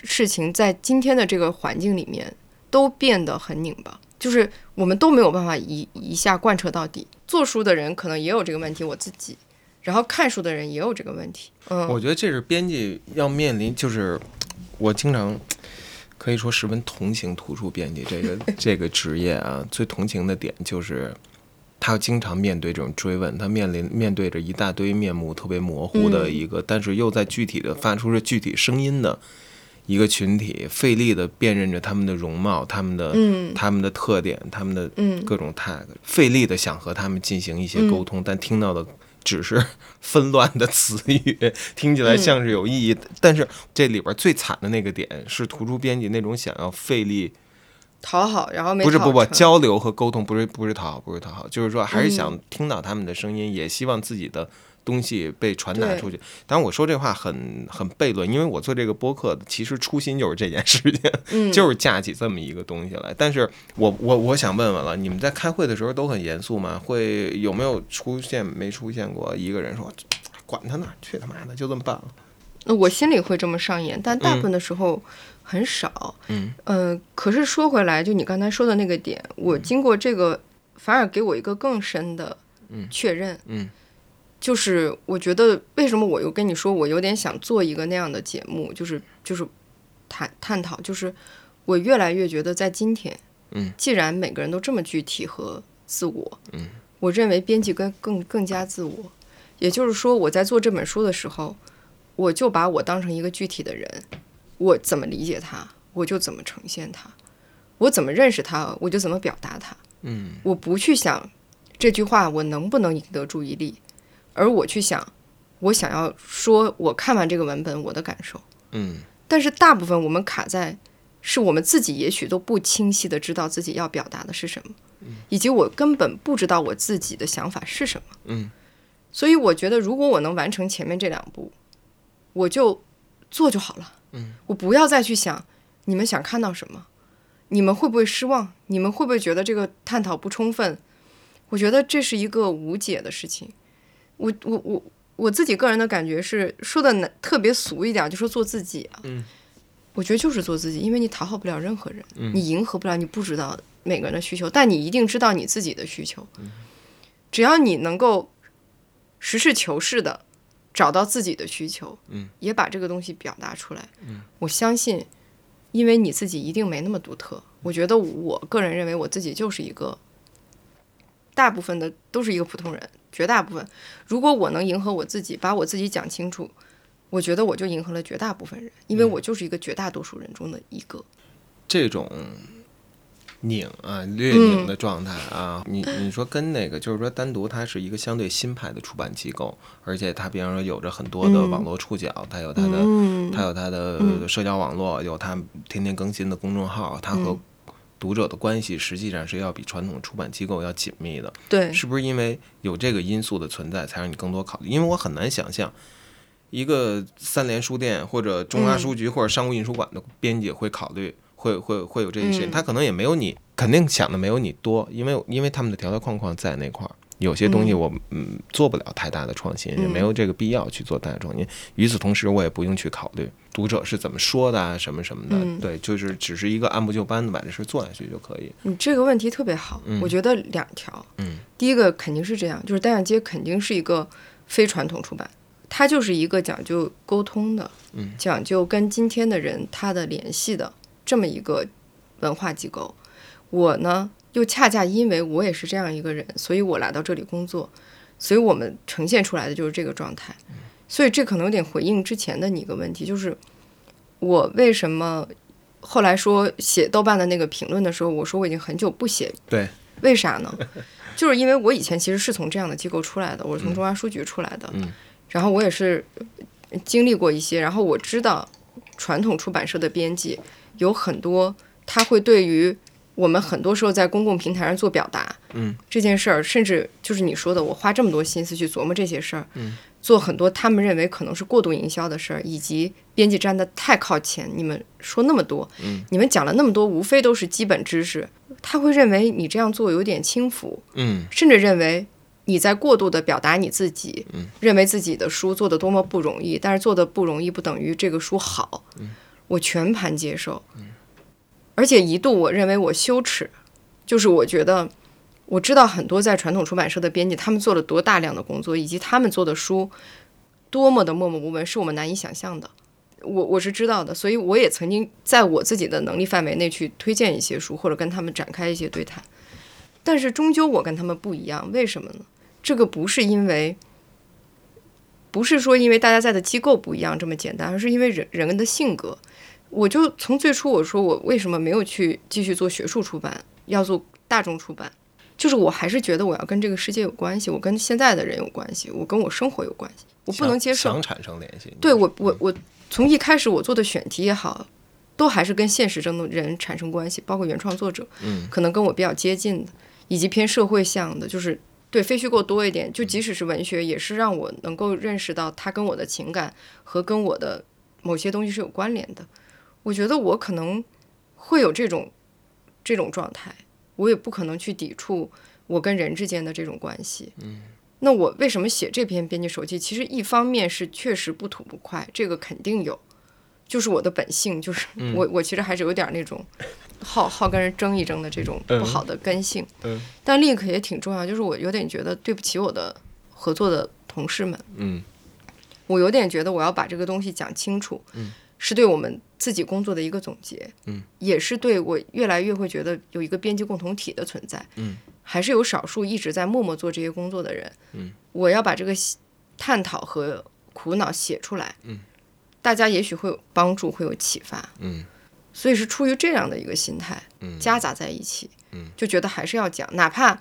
Speaker 2: 事情在今天的这个环境里面都变得很拧巴。就是我们都没有办法一一下贯彻到底。做书的人可能也有这个问题，我自己，然后看书的人也有这个问题。嗯，
Speaker 3: 我觉得这是编辑要面临，就是我经常可以说十分同情图书编辑这 个这个职业啊。最同情的点就是，他要经常面对这种追问，他面临面对着一大堆面目特别模糊的
Speaker 2: 嗯
Speaker 3: 一个，但是又在具体的发出着具体声音的。一个群体费力的辨认着他们的容貌、他们的、
Speaker 2: 嗯
Speaker 3: 他们的特点、他们的
Speaker 2: 嗯
Speaker 3: 各种 tag，费力的想和他们进行一些沟通，但听到的只是 纷乱的词语，听起
Speaker 2: 嗯
Speaker 3: 来像是有意义的。但是这里边最惨的那个点是图书编辑那种想要费力，
Speaker 2: 讨好，然后没
Speaker 3: 不是
Speaker 2: 讨
Speaker 3: 不不
Speaker 2: 成
Speaker 3: 交流和沟通，不是不是讨好，不是讨好，就是说还是想听到他们的声音，也希望自己的。东西被传达
Speaker 2: 对
Speaker 3: 出去，当然我说这话很很悖论，因为我做这个播客其实初心就是这件事情，
Speaker 2: 嗯
Speaker 3: 就是架起这么一个东西来。但是我我我想问问了，你们在开会的时候都很严肃吗？会有没有出现没出现过一个人说，管他呢，去他妈的，就这么办了？
Speaker 2: 那呃我心里会这么上演，但大部分的时候很少。
Speaker 3: 嗯，
Speaker 2: 呃，可是说回来，就你刚才说的那个点，我
Speaker 3: 嗯
Speaker 2: 经过这个，反而给我一个更深的确认。
Speaker 3: 嗯
Speaker 2: 就是我觉得为什么我又跟你说，我有点想做一个那样的节目，就是就是探探讨，就是我越来越觉得在今天，
Speaker 3: 嗯，
Speaker 2: 既然每个人都这么具体和自我，
Speaker 3: 嗯，
Speaker 2: 我认为编辑更更更加自我，也就是说我在做这本书的时候。我就把我当成一个具体的人，我怎么理解他，我就怎么呈现他；我怎么认识他，我就怎么表达他。
Speaker 3: 嗯，
Speaker 2: 我不去想这句话我能不能赢得注意力，而我去想我想要说我看完这个文本我的感受。
Speaker 3: 嗯
Speaker 2: 但是大部分我们卡在，是我们自己也许都不清晰的知道自己要表达的是什么，
Speaker 3: 嗯
Speaker 2: 以及我根本不知道我自己的想法是什么。
Speaker 3: 嗯，
Speaker 2: 所以我觉得如果我能完成前面这两步，我就做就好了。嗯，我不要再去想你们想看到什么，你们会不会失望，你们会不会觉得这个探讨不充分？我觉得这是一个无解的事情。我我我我自己个人的感觉是，说的难特别俗一点，就说做自己啊。
Speaker 3: 嗯，
Speaker 2: 我觉得就是做自己，因为你讨好不了任何人，你迎合不了，你不知道每个人的需求，但你一定知道你自己的需求。只要你能够实事求是的找到自己的需求，
Speaker 3: 嗯，
Speaker 2: 也把这个东西表达出来，嗯，我相信，因为你自己一定没那么独特。我觉得我个人认为我自己就是一个，大部分的都是一个普通人，绝大部分。如果我能迎合我自己，把我自己讲清楚，我觉得我就迎合了绝大部分人，因为我就是一个绝大多数人中的一个。
Speaker 3: 这种拧啊、略拧的状态啊，你你说跟那个，就是说单独它是一个相对新派的出版机构，而且它比方说有着很多的网络触角，它有它的，它有它的社交网络，有它天天更新的公众号，它和读者的关系实际上是要比传统出版机构要紧密的。
Speaker 2: 对，
Speaker 3: 是不是因为有这个因素的存在，才让你更多考虑？因为我很难想象，一个三联书店或者中华书局或者商务印书馆的编辑会考虑，会会会有这些事情。
Speaker 2: 嗯
Speaker 3: 他可能也没有你，肯定想的没有你多，因为因为他们的条条框框在那块儿。有些东西我嗯做不了太大的创新，也没有这个必要去做太大的创新。与此同时，我也不用去考虑读者是怎么说的啊，什么什么的。
Speaker 2: 嗯
Speaker 3: 对，就是只是一个按部就班的把这事做下去就可以。
Speaker 2: 你这个问题特别好，我觉得两条。
Speaker 3: 嗯，
Speaker 2: 第一个肯定是这样，就是单向街肯定是一个非传统出版，它就是一个讲究沟通的，
Speaker 3: 嗯
Speaker 2: 讲究跟今天的人他的联系的这么一个文化机构。我呢，又恰恰因为我也是这样一个人，所以我来到这里工作，所以我们呈现出来的就是这个状态。
Speaker 3: 嗯
Speaker 2: 所以这可能有点回应之前的你一个问题，就是我为什么后来说写豆瓣的那个评论的时候，我说我已经很久不写，
Speaker 3: 对，
Speaker 2: 为啥呢？ 就是因为我以前其实是从这样的机构出来的，我是从中央书局出来的，
Speaker 3: 嗯
Speaker 2: 然后我也是呃经历过一些，然后我知道传统出版社的编辑有很多他会对于我们很多时候在公共平台上做表达，
Speaker 3: 嗯，
Speaker 2: 这件事儿，甚至就是你说的，我花这么多心思去琢磨这些事儿，嗯，做很多他们认为可能是过度营销的事儿，以及编辑站的太靠前，你们说那么多，嗯，你们讲了那么多，无非都是基本知识，他会认为你这样做有点轻浮，
Speaker 3: 嗯
Speaker 2: 甚至认为你在过度的表达你自己，认为自己的书做的多么不容易，但是做的不容易不等于这个书好，我全盘接受，而且一度我认为我羞耻，就是我觉得我知道很多在传统出版社的编辑，他们做了多大量的工作，以及他们做的书多么的默默无闻，是我们难以想象的。我我是知道的，所以我也曾经在我自己的能力范围内去推荐一些书，或者跟他们展开一些对谈。但是终究我跟他们不一样，为什么呢？这个不是因为，不是说因为大家在的机构不一样这么简单，而是因为人人的性格。我就从最初我说我为什么没有去继续做学术出版，要做大众出版，就是我还是觉得我要跟这个世界有关系，我跟现在的人有关系，我跟我生活有关系，我不能接受
Speaker 3: 想产生联系。
Speaker 2: 对我，我我从一开始我做的选题也好，都还是跟现实中的人产生关系，包括原创作者，
Speaker 3: 嗯，
Speaker 2: 可能跟我比较接近的，以及偏社会向的，就是对非虚构多一点。就即使是文学，也是让我能够认识到它跟我的情感和跟我的某些东西是有关联的。我觉得我可能会有这种这种状态，我也不可能去抵触我跟人之间的这种关系。那我为什么写这篇编辑手记？其实一方面是确实不吐不快，这个肯定有，就是我的本性，就是我、我其实还是有点那种好好跟人争一争的这种不好的根性。
Speaker 3: 嗯
Speaker 2: 但另一个也挺重要，就是我有点觉得对不起我的合作的同事们，
Speaker 3: 嗯
Speaker 2: 我有点觉得我要把这个东西讲清楚，是对我们自己工作的一个总结，
Speaker 3: 嗯
Speaker 2: 也是对我越来越会觉得有一个编辑共同体的存在，
Speaker 3: 嗯
Speaker 2: 还是有少数一直在默默做这些工作的人，
Speaker 3: 嗯
Speaker 2: 我要把这个喜探讨和苦恼写出来，
Speaker 3: 嗯
Speaker 2: 大家也许会有帮助，会有启发，
Speaker 3: 嗯
Speaker 2: 所以是出于这样的一个心态，
Speaker 3: 嗯
Speaker 2: 夹杂在一起，
Speaker 3: 嗯
Speaker 2: 就觉得还是要讲，哪怕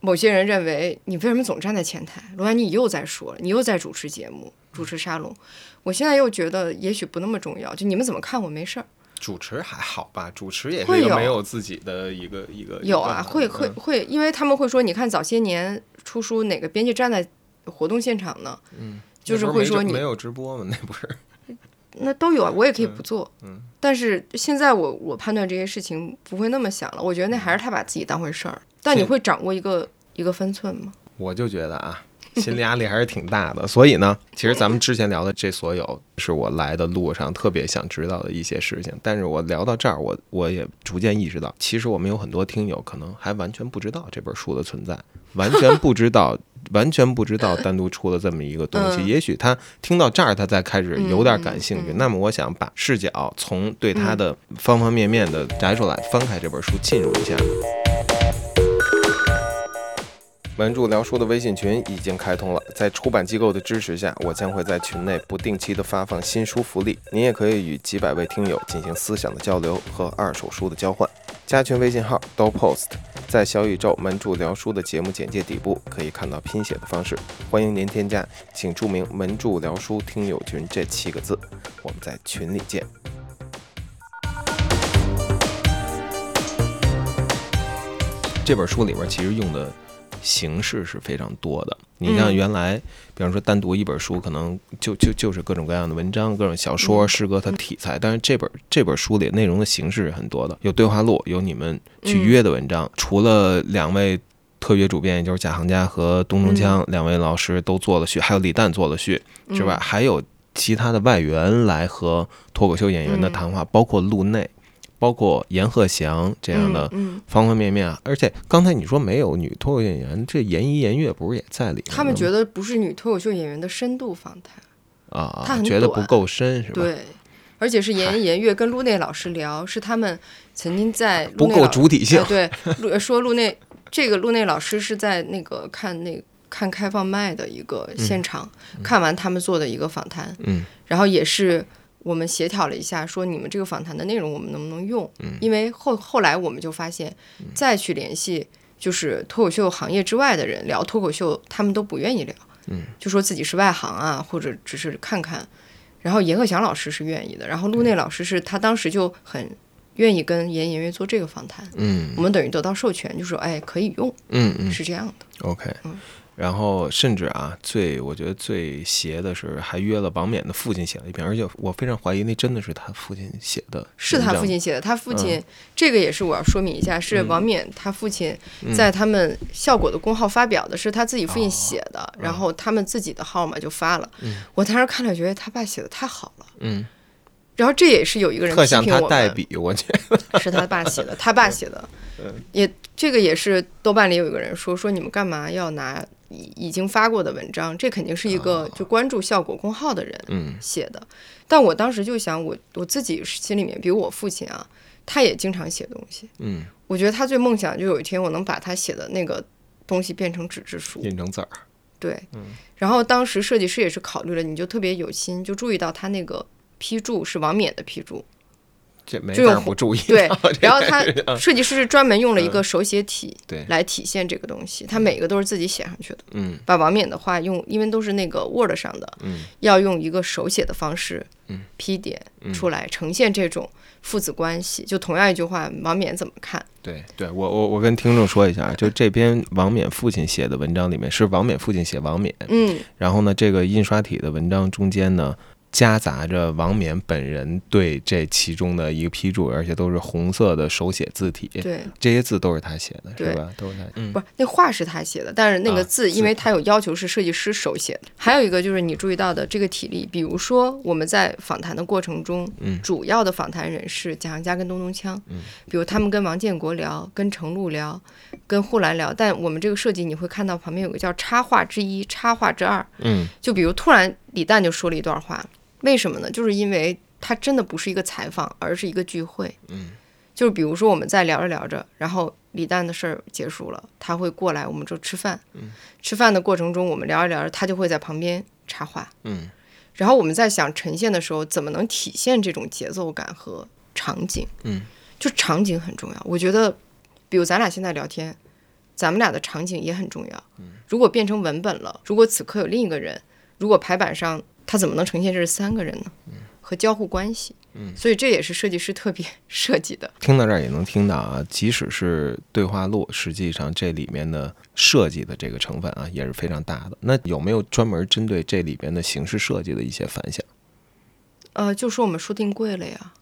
Speaker 2: 某些人认为你为什么总站在前台，罗兰你又在说了，你又在主持节目，主持沙龙，我现在又觉得也许不那么重要，就你们怎么看我没事儿，
Speaker 3: 主持还好吧，主持也是
Speaker 2: 会
Speaker 3: 一个
Speaker 2: 有
Speaker 3: 没有自己的一个一个嗯
Speaker 2: 有啊，会会，
Speaker 3: 一个
Speaker 2: 会，因为他们会说，你看早些年出书哪个编辑站在活动现场呢？
Speaker 3: 嗯，
Speaker 2: 就是
Speaker 3: 那不
Speaker 2: 会
Speaker 3: 没
Speaker 2: 说
Speaker 3: 直
Speaker 2: 你
Speaker 3: 没有直播嘛，那不是
Speaker 2: 那都有啊，我也可以不做。
Speaker 3: 嗯
Speaker 2: 但是现在我我判断这些事情不会那么想了，我觉得那
Speaker 3: 嗯
Speaker 2: 还是他把自己当回事儿。但你
Speaker 3: 对
Speaker 2: 会掌握一个一个分寸吗？
Speaker 3: 我就觉得啊， 心理压力还是挺大的。 所以呢，其实咱们之前聊的这所有，是我来的路上特别想知道的一些事情。但是我聊到这儿，我我也逐渐意识到，其实我们有很多听友可能还完全不知道这本书的存 在，完全不知道，完全不知道单独出了这么一个东西。
Speaker 2: 嗯
Speaker 3: 也许他听到这儿，他才开始有点感兴趣。
Speaker 2: 嗯嗯嗯
Speaker 3: 那么我想把视角从对他的方方面面的摘出来，翻开这本书，进入一下。文著聊书的微信群已经开通了，在出版机构的支持下，我将会在群内不定期的发放新书福利。您也可以与几百位听友进行思想的交流和二手书的交换。加群微信号 dopost，在小宇宙门柱聊书的节目简介底部可以看到拼写的方式，欢迎您添加，请注明“门柱聊书听友群”这七个字。我们在群里见。这本书里边其实用的形式是非常多的。你像
Speaker 2: 嗯
Speaker 3: 原来，比方说单独一本书，可能就就就是各种各样的文章、各种小说、
Speaker 2: 嗯
Speaker 3: 诗歌，它题材。但是这本这本书里内容的形式是很多的，有对话录，有你们
Speaker 2: 嗯
Speaker 3: 去约的文章。除了两位特约主编，也就是贾行家和东
Speaker 2: 嗯
Speaker 3: 中江、两位老师都做了序，还有李诞做了序之外，
Speaker 2: 嗯
Speaker 3: 还有其他的外援来和脱口秀演员的
Speaker 2: 嗯
Speaker 3: 谈话，包括路内，包括阎鹤祥这
Speaker 2: 这
Speaker 3: 样的
Speaker 2: 嗯，嗯
Speaker 3: 方方面面啊。而且刚才你说没有女脱口演员，这严一严月不是也在里面呢吗？
Speaker 2: 他们觉得不是女脱口秀演员的深度访谈，
Speaker 3: 啊
Speaker 2: 她，很
Speaker 3: 觉得不
Speaker 2: 短
Speaker 3: 够深是吧？
Speaker 2: 对，而且是
Speaker 3: 嗨
Speaker 2: 严一严月跟陆内老师聊，是他们曾经在
Speaker 3: 不
Speaker 2: 陆内
Speaker 3: 够
Speaker 2: 老
Speaker 3: 主体性
Speaker 2: 哎、对，陆说陆内这个陆内老师是在那个看那看开放麦的一个现场、看完他们做的一个访谈，
Speaker 3: 嗯，
Speaker 2: 然后也是我们协调了一下，说你们这个访谈的内容我们能不能用？嗯，因为后后来我们就发现，再去联系就是脱口秀行业之外的人聊脱口秀，他们都不愿意聊，嗯，就说自己是外行啊，或者只是看看。然后严鹤翔老师是愿意的，然后陆内老师是他当时就很愿意跟颜颜悦做这个访谈，
Speaker 3: 嗯
Speaker 2: 我们等于得到授权，就说哎可以用，
Speaker 3: 嗯嗯
Speaker 2: 是这样的。
Speaker 3: ，OK
Speaker 2: 嗯。
Speaker 3: 然后甚至啊，最我觉得最邪的是，还约了王冕的父亲写了一篇，而且我非常怀疑那真的是他父亲写的，
Speaker 2: 是他父亲，写的，他父
Speaker 3: 嗯
Speaker 2: 亲、这个也是我要说明一下，是王冕他父亲
Speaker 3: 嗯
Speaker 2: 在他们效果的公号发表的，是他自己父
Speaker 3: 哦
Speaker 2: 亲写的，
Speaker 3: 嗯
Speaker 2: 然后他们自己的号码就发了。我当时看了觉得他爸写的太好了，
Speaker 3: 嗯，
Speaker 2: 然后这也是有一个人
Speaker 3: 特
Speaker 2: 批
Speaker 3: 像
Speaker 2: 评
Speaker 3: 他
Speaker 2: 我
Speaker 3: 代
Speaker 2: 们，
Speaker 3: 笔，我嗯觉得，
Speaker 2: 是他爸写的，他爸写 的，也这个也是豆瓣里有一个人说说你们干嘛要拿已已经发过的文章，这肯定是一
Speaker 3: 哦
Speaker 2: 个就关注效果公号的人，
Speaker 3: 嗯
Speaker 2: 写的。但我当时就想我，我自己心里面，比如我父亲啊，他也经常写东西。
Speaker 3: 嗯，
Speaker 2: 我觉得他最梦想就有一天我能把他写的那个东西变成纸质书。
Speaker 3: 印成字儿，
Speaker 2: 对，
Speaker 3: 嗯
Speaker 2: 然后当时设计师也是考虑了，你就特别有心，就注意到他那个批注是王冕的批注，
Speaker 3: 这没
Speaker 2: 这种
Speaker 3: 法不注意到
Speaker 2: 对
Speaker 3: 这个，啊嗯
Speaker 2: 然后他设计师是专门用了一个手写体
Speaker 3: 对
Speaker 2: 来体现这个东西，他每个都是自己写上去的。
Speaker 3: 嗯
Speaker 2: 把王冕的话用，因为都是那个 Word 上的，
Speaker 3: 嗯
Speaker 2: 要用一个手写的方式，批点出来、呈现这种父子关
Speaker 3: 嗯
Speaker 2: 系。就同样一句话，王冕怎么看？
Speaker 3: 对对，我我我跟听众说一下，啊就这篇王冕父亲写的文章里面是王冕父亲写王冕，
Speaker 2: 嗯，
Speaker 3: 然后呢，这个印刷体的文章中间呢，夹杂着王冕本人对这其中的一个批注，而且都是红色的手写字体，
Speaker 2: 对，
Speaker 3: 这些字都是他写的，是
Speaker 2: 对嗯
Speaker 3: 吧？都是他写的。
Speaker 2: 不是那话是他写的，但是那
Speaker 3: 啊
Speaker 2: 个字，因为他有要求是设计师手写的。还有一个就是你注意到的这个体力，比如说我们在访谈的过程中，
Speaker 3: 嗯
Speaker 2: 主要的访谈人是贾行家跟东东锵，比如他们跟王建国聊，跟程璐聊，跟呼兰聊。但我们这个设计你会看到旁边有个叫插画之一、插画之二，
Speaker 3: 嗯
Speaker 2: 就比如突然李诞就说了一段话，为什么呢？就是因为他真的不是一个采访，而是一个聚会。嗯，就是比如说我们在聊着聊着，然后李诞的事儿结束了，他会过来，我们就吃饭。嗯，吃饭的过程中，我们聊着聊着，他就会在旁边插话。
Speaker 3: 嗯，
Speaker 2: 然后我们在想呈现的时候，怎么能体现这种节奏感和场景？
Speaker 3: 嗯，
Speaker 2: 就场景很重要。我觉得，比如咱俩现在聊天，咱们俩的场景也很重要。如果变成文本了，如果此刻有另一个人，如果排版上它怎么能呈现这是三个人呢？和交互关系，嗯，所以这也是设计师特别设计的，
Speaker 3: 听到这儿也能听到啊，即使是对话录，实际上这里面的设计的这个成分啊也是非常大的。那有没有专门针对这里边的形式设计的一些反响？
Speaker 2: 呃，就说我们书定贵了呀，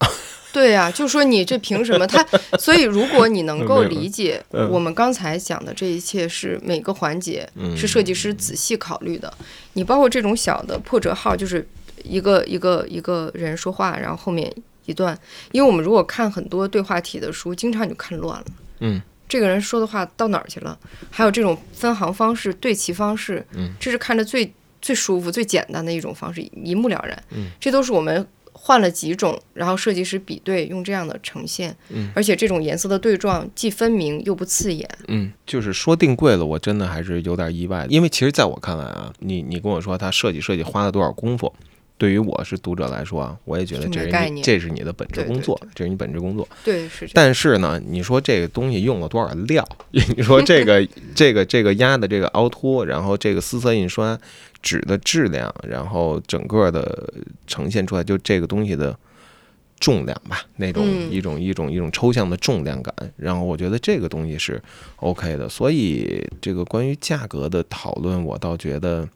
Speaker 2: 对呀、就说你这凭什么？他，所以如果你能够理解我们刚才讲的这一切是每个环节是设计师仔细考虑的，你包括这种小的破折号，就是一个一个一个人说话，然后后面一段，因为我们如果看很多对话体的书，经常你就看乱了。
Speaker 3: 嗯，
Speaker 2: 这个人说的话到哪儿去了？还有这种分行方式、对齐方式，嗯，这是看着最最舒服、最简单的一种方式，一目了然。嗯，这都是我们换了几种，然后设计师比对，用这样的呈现。嗯，而且这种颜色的对撞既分明又不刺眼。
Speaker 3: 嗯，就是说定贵了，我真的还是有点意外的，因为其实在我看来啊，你你跟我说他设计设计花了多少功夫，对于我是读者来说啊，我也觉得
Speaker 2: 就没
Speaker 3: 这
Speaker 2: 概
Speaker 3: 是你
Speaker 2: 念
Speaker 3: 这是你的本职
Speaker 2: 对对
Speaker 3: 工作，这是你本职工作。
Speaker 2: 对，是这样。
Speaker 3: 但是呢，你说这个东西用了多少料？ 你说这个这个这个压的这个凹凸，然后这个丝色印刷纸的质量，然后整个的呈现出来，就这个东西的重量吧，那种
Speaker 2: 嗯
Speaker 3: 一种一种一种抽象的重量感。然后我觉得这个东西是 OK 的，所以这个关于价格的讨论，我倒觉得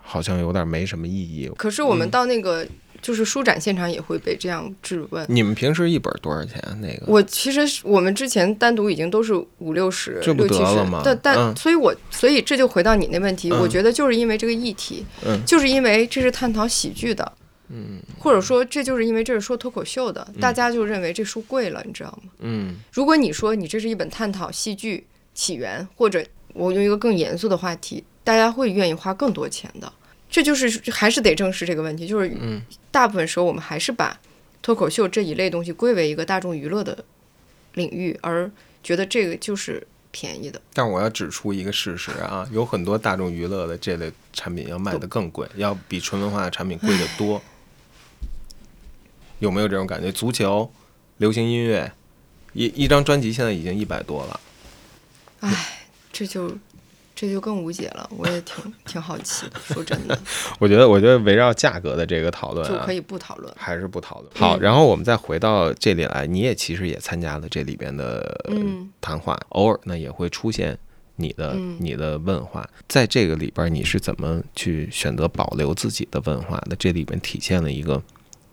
Speaker 3: 好像有点没什么意义。
Speaker 2: 可是
Speaker 3: 嗯
Speaker 2: 我们到那个、就是书展现场也会被这样质问。
Speaker 3: 你们平时一本多少钱？啊那个
Speaker 2: 我其实是我们之前单独已经都是五六十、
Speaker 3: 这不
Speaker 2: 六
Speaker 3: 得
Speaker 2: 七
Speaker 3: 了
Speaker 2: 十
Speaker 3: 吗，
Speaker 2: 但但、
Speaker 3: 嗯
Speaker 2: 所以我所以这就回到你那问题，
Speaker 3: 嗯
Speaker 2: 我觉得就是因为这个议题，
Speaker 3: 嗯
Speaker 2: 就是因为这是探讨喜剧的，嗯，或者说这就是因为这是说脱口秀的，大家就认为这书贵了，你知道吗？
Speaker 3: 嗯
Speaker 2: 如果你说你这是一本探讨戏剧起源，或者我用一个更严肃的话题，大家会愿意花更多钱的。这就是还是得正视这个问题，就是大部分时候我们还是把脱口秀这一类东西归为一个大众娱乐的领域，而觉得这个就是便宜的。
Speaker 3: 但我要指出一个事实 啊，有很多大众娱乐的这类产品要卖的更贵，要比纯文化的产品贵得多。有没有这种感觉？足球、流行音乐，一一张专辑现在已经一百多了，
Speaker 2: 这就这就更无解了。我也挺挺好奇的，说真的，
Speaker 3: 我觉得，我觉得围绕价格的这个讨论、
Speaker 2: 就
Speaker 3: 啊
Speaker 2: 可，以不讨论。
Speaker 3: 还是不讨论。好，然后我们再回到这里来，你也其实也参加了这里边的呃
Speaker 2: 嗯
Speaker 3: 谈话，偶尔呢也会出现你的、
Speaker 2: 嗯
Speaker 3: 你的问话，在这个里边你是怎么去选择保留自己的问话的？这里边体现了一个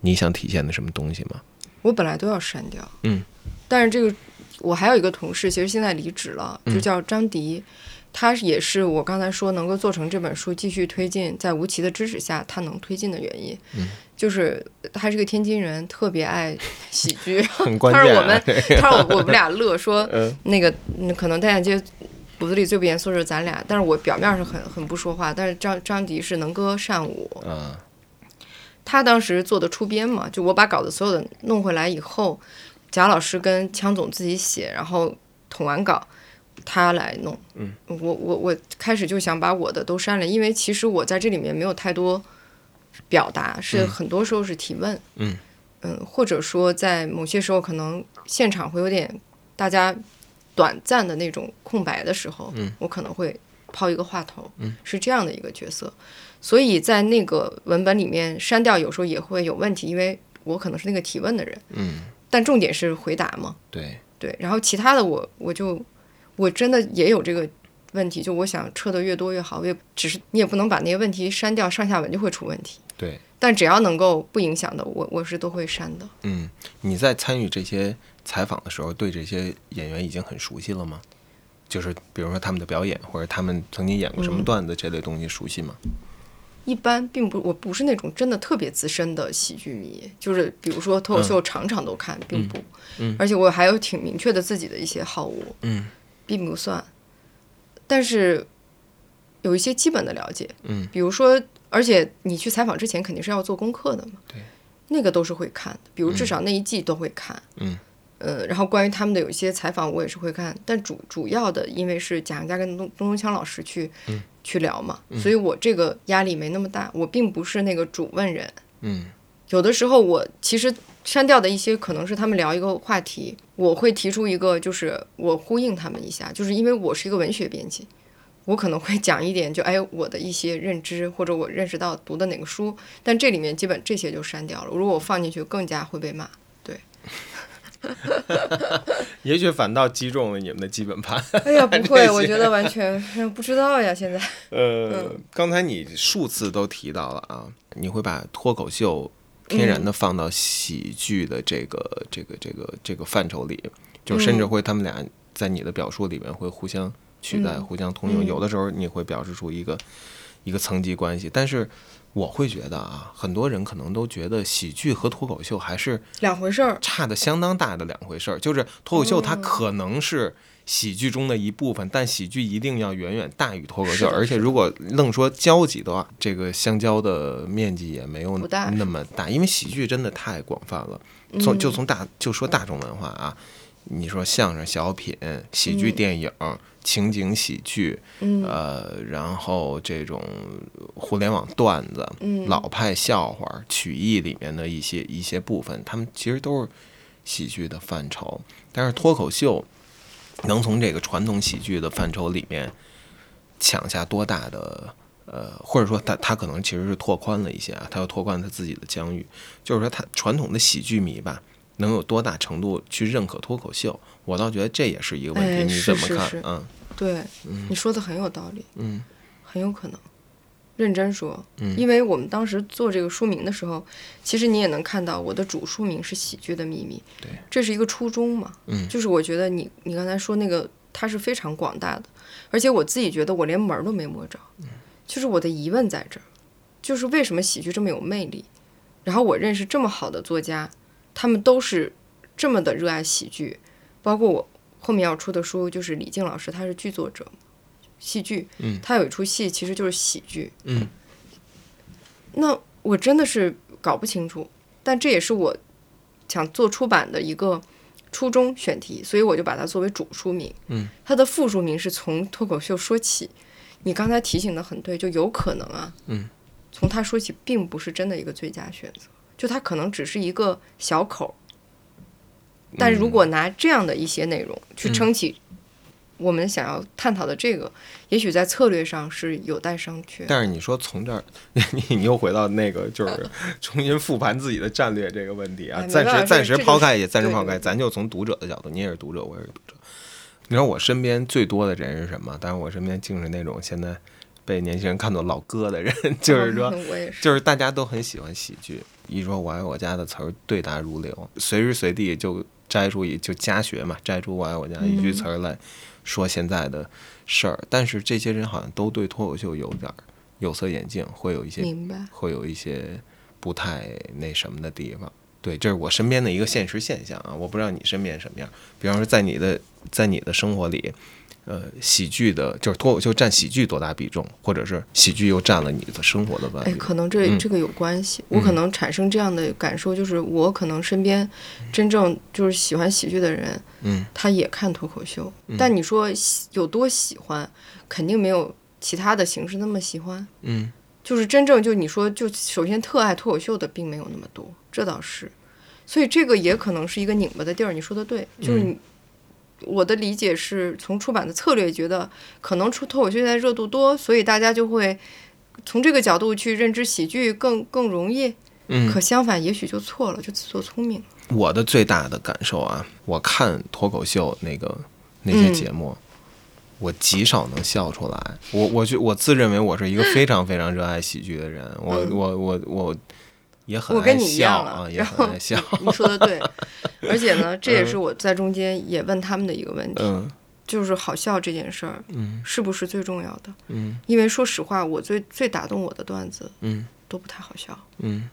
Speaker 3: 你想体现的什么东西 吗？
Speaker 2: 我本来都要删掉，
Speaker 3: 嗯，
Speaker 2: 但是这个我还有一个同事，其实现在离职了，
Speaker 3: 嗯
Speaker 2: 就叫张迪，他也是我刚才说能够做成这本书继续推进，在吴奇的支持下，他能推进的原因，
Speaker 3: 嗯
Speaker 2: 就是他是个天津人，特别爱喜剧，
Speaker 3: 很关
Speaker 2: 他
Speaker 3: 键
Speaker 2: 说
Speaker 3: 啊、
Speaker 2: 我们，他说我我们俩乐说
Speaker 3: 嗯，
Speaker 2: 那个嗯可能戴眼街骨子里最不严肃的是咱俩，但是我表面是很很不说话，但是张张迪是能歌善舞，
Speaker 3: 嗯
Speaker 2: 他当时做的出编嘛，就我把稿子所有的弄回来以后，贾老师跟枪总自己写，然后统完稿，他来弄。嗯，我我我开始就想把我的都删了，因为其实我在这里面没有太多表达，是很多时候是提问。
Speaker 3: 嗯
Speaker 2: 嗯或者说在某些时候可能现场会有点大家短暂的那种空白的时候，嗯，我可能会抛一个话头，嗯，是这样的一个角色。所以在那个文本里面删掉，有时候也会有问题，因为我可能是那个提问的人，
Speaker 3: 嗯，
Speaker 2: 但重点是回答嘛，
Speaker 3: 对，
Speaker 2: 对。然后其他的我我就我真的也有这个问题，就我想撤的越多越好，我也只是你也不能把那些问题删掉，上下文就会出问题。
Speaker 3: 对，
Speaker 2: 但只要能够不影响的，我我是都会删的。
Speaker 3: 嗯，你在参与这些采访的时候，对这些演员已经很熟悉了吗？就是比如说他们的表演，或者他们曾经演过
Speaker 2: 嗯
Speaker 3: 什么段子这类东西熟悉吗？
Speaker 2: 一般并不，我不是那种真的特别资深的喜剧迷，就是比如说脱口秀
Speaker 3: 嗯
Speaker 2: 场场都看，并不，而且我还有挺明确的自己的一些好恶，
Speaker 3: 嗯，
Speaker 2: 并不算，但是有一些基本的了解，
Speaker 3: 嗯，
Speaker 2: 比如说，而且你去采访之前肯定是要做功课的嘛，
Speaker 3: 对，
Speaker 2: 那个都是会看的，比如至少那一季都会看，
Speaker 3: 嗯，
Speaker 2: 呃，然后关于他们的有一些采访我也是会看，但主主要的因为是贾行家跟东东东强老师去、去聊嘛，
Speaker 3: 嗯
Speaker 2: 所以我这个压力没那么大，我并不是那个主问人，
Speaker 3: 嗯，
Speaker 2: 有的时候我其实删掉的一些可能是他们聊一个话题，我会提出一个，就是我呼应他们一下，就是因为我是一个文学编辑，我可能会讲一点就哎我的一些认知或者我认识到读的哪个书，但这里面基本这些就删掉了，如果我放进去更加会被骂。
Speaker 3: 也许反倒击中了你们的基本盘。
Speaker 2: 哎呀，不会，我觉得完全不知道呀，现在。
Speaker 3: 呃，刚才你数次都提到了啊，你会把脱口秀天然的放到喜剧的这个、这个这个这个范畴里，就甚至会他们俩在你的表述里面会互相取代、互相通用。有的时候你会表示出一个一个层级关系，但是我会觉得啊，很多人可能都觉得喜剧和脱口秀还是
Speaker 2: 两回事儿。嗯
Speaker 3: 差的相当大的两回事儿，就是脱口秀它可能是喜剧中的一部分，但喜剧一定要远远大于脱口
Speaker 2: 是
Speaker 3: 秀，
Speaker 2: 的
Speaker 3: 而且如果愣说交集的话，这个相交的面积也没有
Speaker 2: 不大
Speaker 3: 那么大，因为喜剧真的太广泛了。从就从大就说大众文化啊，你说相声、小品、喜剧、电影、情景喜剧，呃，然后这种互联网段子、老派笑话、曲艺里面的一些一些部分，他们其实都是喜剧的范畴。但是脱口秀能从这个传统喜剧的范畴里面抢下多大的？呃，或者说他他可能其实是拓宽了一些啊，他又拓宽他自己的疆域，就是说他传统的喜剧迷吧，能有多大程度去认可脱口秀？我倒觉得这也是一个问题，
Speaker 2: 哎
Speaker 3: 你
Speaker 2: 是
Speaker 3: 怎么
Speaker 2: 是
Speaker 3: 看？
Speaker 2: 是
Speaker 3: 嗯
Speaker 2: 对，你说的很有道理，
Speaker 3: 嗯，
Speaker 2: 很有可能。认真说，因为我们当时做这个书名的时候，其实你也能看到我的主书名是《喜剧的秘密》，
Speaker 3: 对，
Speaker 2: 这是一个初衷嘛，
Speaker 3: 嗯
Speaker 2: 就是我觉得你你刚才说那个它是非常广大的，而且我自己觉得我连门儿都没摸着，
Speaker 3: 嗯
Speaker 2: 就是我的疑问在这儿，就是为什么喜剧这么有魅力，然后我认识这么好的作家，他们都是这么的热爱喜剧，包括我后面要出的书，就是李静老师，他是剧作者嘛，戏剧，
Speaker 3: 嗯
Speaker 2: 他有一出戏其实就是喜剧，
Speaker 3: 嗯，
Speaker 2: 那我真的是搞不清楚，但这也是我想做出版的一个初衷选题，所以我就把它作为主书名，
Speaker 3: 嗯，
Speaker 2: 它的副书名是从脱口秀说起，你刚才提醒的很对，就有可能啊，
Speaker 3: 嗯，
Speaker 2: 从他说起并不是真的一个最佳选择，就它可能只是一个小
Speaker 3: 嗯
Speaker 2: 口儿。但如果拿这样的一些内容去撑起我们想要探讨的这个，也许在策略上是有待商榷。
Speaker 3: 但是你说从这儿， 你你又回到那个就是 重新复盘自己的战略这个问题啊，
Speaker 2: 啊哎 没
Speaker 3: 暂
Speaker 2: 办法
Speaker 3: 时暂时
Speaker 2: 这就是
Speaker 3: 抛开也暂时
Speaker 2: 对
Speaker 3: 抛开，
Speaker 2: 对对
Speaker 3: 咱就从读者的角度，你也是读者，我也是读者。你知道我身边最多的人是什么？但是我身边竟是那种现在被年轻人看作老哥的人， 就是说
Speaker 2: 我也是，
Speaker 3: 就是大家都很喜欢喜剧，一说“我爱我家”的词儿对答如流，随时随地就摘出一就家学嘛，摘出“我爱我家”一句词儿来说现在的事儿。但是这些人好像都对脱口秀有点儿有色眼镜，会有一些
Speaker 2: 明白。
Speaker 3: 会有一些不太那什么的地方。对，这是我身边的一个现实现象啊，我不知道你身边什么样。比方说，在你的在你的生活里，呃，喜剧的，就是脱口秀占喜剧多大比重，或者是喜剧又占了你的生活的半
Speaker 2: 哎，
Speaker 3: 比重
Speaker 2: 可能这、
Speaker 3: 嗯
Speaker 2: 这个有关系。我可能产生这样的感受，就是我可能身边真正就是喜欢喜剧的人，
Speaker 3: 嗯，
Speaker 2: 他也看脱口秀，但你说喜有多喜欢，肯定没有其他的形式那么喜欢。
Speaker 3: 嗯，
Speaker 2: 就是真正就你说就首先特爱脱口秀的并没有那么多，这倒是。所以这个也可能是一个拧巴的地儿。你说的对，就是你。我的理解是从出版的策略觉得，可能出脱口秀现在热度多，所以大家就会从这个角度去认知喜剧更更容易。
Speaker 3: 嗯
Speaker 2: 可相反，也许就错了，就自作聪明了。
Speaker 3: 我的最大的感受啊，我看脱口秀那个那些节目，
Speaker 2: 嗯
Speaker 3: 我极少能笑出来。我我觉我自认为我是一个非常非常热爱喜剧的人，我、我我我也很
Speaker 2: 嗯我
Speaker 3: 爱
Speaker 2: 跟你一
Speaker 3: 笑
Speaker 2: 样
Speaker 3: 啊，
Speaker 2: 了，
Speaker 3: 也
Speaker 2: 然后
Speaker 3: 很爱笑。
Speaker 2: 你你说的对，而且呢，这也是我在中间也问他们的一个问题，
Speaker 3: 嗯
Speaker 2: 就是好笑这件事儿，
Speaker 3: 嗯
Speaker 2: 是不是最重要的？
Speaker 3: 嗯
Speaker 2: 因为说实话，我最最打动我的段子
Speaker 3: 嗯
Speaker 2: 都不太好笑，
Speaker 3: 嗯，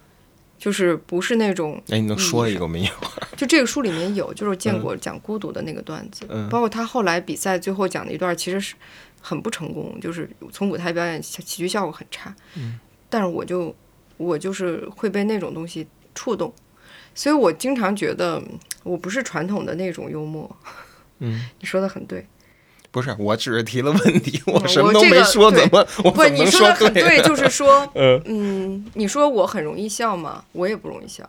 Speaker 2: 就是不是那种
Speaker 3: 哎，你能说一个没有？
Speaker 2: 就这个书里面有，就是我见过讲孤独的那个段子，
Speaker 3: 嗯
Speaker 2: 包括他后来比赛最后讲的一段，其实是很不成功，就是从舞台表演喜喜剧效果很差。
Speaker 3: 嗯
Speaker 2: 但是我就我就是会被那种东西触动，所以我经常觉得嗯我不是传统的那种幽默。
Speaker 3: 嗯，
Speaker 2: 你说的很对，
Speaker 3: 不是，我只是提了问题，我
Speaker 2: 我
Speaker 3: 什么都没说，
Speaker 2: 这个
Speaker 3: 怎么我
Speaker 2: 不是
Speaker 3: 怎么
Speaker 2: 你
Speaker 3: 能
Speaker 2: 说的很
Speaker 3: 对
Speaker 2: 对，
Speaker 3: 呢？
Speaker 2: 就是说，
Speaker 3: 嗯
Speaker 2: 嗯，你说我很容易笑吗？我也不容易笑。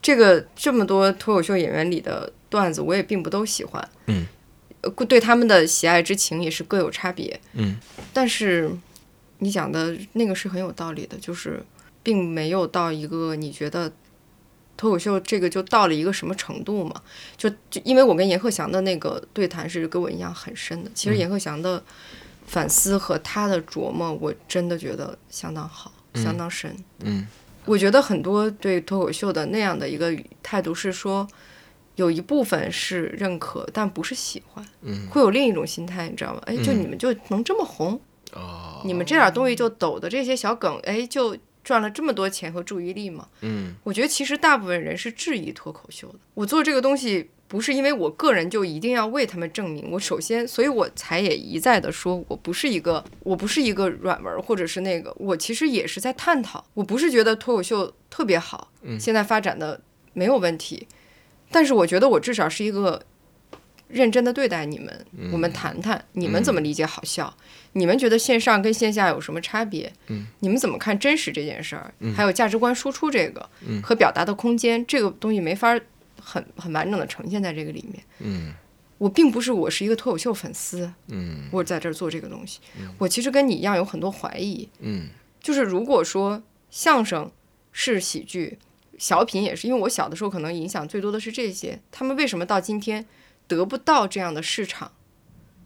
Speaker 2: 这个这么多脱口秀演员里的段子，我也并不都喜欢。
Speaker 3: 嗯
Speaker 2: 呃，对他们的喜爱之情也是各有差别。
Speaker 3: 嗯，
Speaker 2: 但是你讲的那个是很有道理的，就是并没有到一个你觉得脱口秀这个就到了一个什么程度嘛？就就因为我跟阎鹤祥的那个对谈是给我印象很深的。其
Speaker 3: 嗯
Speaker 2: 实阎鹤祥的反思和他的琢磨，我真的觉得相当好，相当深。
Speaker 3: 嗯
Speaker 2: 我觉得很多对脱口秀的那样的一个态度是说，有一部分是认可，但不是喜欢，
Speaker 3: 嗯
Speaker 2: 会有另一种心态，你知道吗？哎，就你们就能这么红，
Speaker 3: 哦，
Speaker 2: 你们这点东西就抖的这些小梗，哎，就赚了这么多钱和注意力嘛。
Speaker 3: 嗯
Speaker 2: 我觉得其实大部分人是质疑脱口秀的。我做这个东西不是因为我个人就一定要为他们证明，我首先，所以我才也一再的说我不是一个，我不是一个软文儿或者是那个，我其实也是在探讨。我不是觉得脱口秀特别好，
Speaker 3: 嗯
Speaker 2: 现在发展的没有问题，但是我觉得我至少是一个。认真的对待你们，
Speaker 3: 嗯
Speaker 2: 我们谈谈你们怎么理解好笑，你们觉得线上跟线下有什么差别？
Speaker 3: 嗯
Speaker 2: 你们怎么看真实这件事儿？还有价值观输出这个、
Speaker 3: 嗯
Speaker 2: 和表达的空间，这个东西没法儿很很完整的呈现在这个里面。
Speaker 3: 嗯
Speaker 2: 我并不是我是一个脱口秀粉丝，
Speaker 3: 嗯
Speaker 2: 我在这儿做这个东西，我其实跟你一样有很多怀疑。
Speaker 3: 嗯
Speaker 2: 就是如果说相声是喜剧，小品也是，因为我小的时候可能影响最多的是这些，他们为什么到今天得不到这样的市场，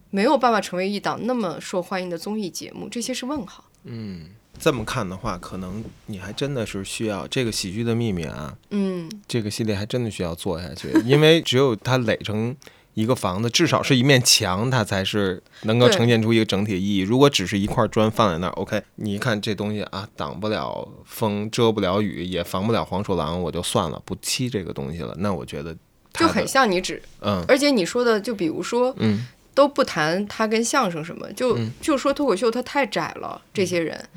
Speaker 2: 没有办法成为一档那么受欢迎的综艺节目？这些是问号。
Speaker 3: 嗯，这么看的话，可能你还真的是需要这个喜剧的秘密啊。
Speaker 2: 嗯，
Speaker 3: 这个系列还真的需要做下去，因为只有它垒成一个房子，至少是一面墙，它才是能够
Speaker 2: 对
Speaker 3: 呈现出一个整体意义。如果只是一块砖放在那儿，OK，你一看这东西啊，挡不了风，遮不了雨，也防不了黄鼠狼，我就算了，不漆这个东西了。那我觉得它
Speaker 2: 就
Speaker 3: 的
Speaker 2: 很像你指，
Speaker 3: 嗯
Speaker 2: 而且你说的，就比如说，
Speaker 3: 嗯
Speaker 2: 都不谈他跟相声什么，就、就说脱口秀它太窄了，
Speaker 3: 嗯
Speaker 2: 这些人。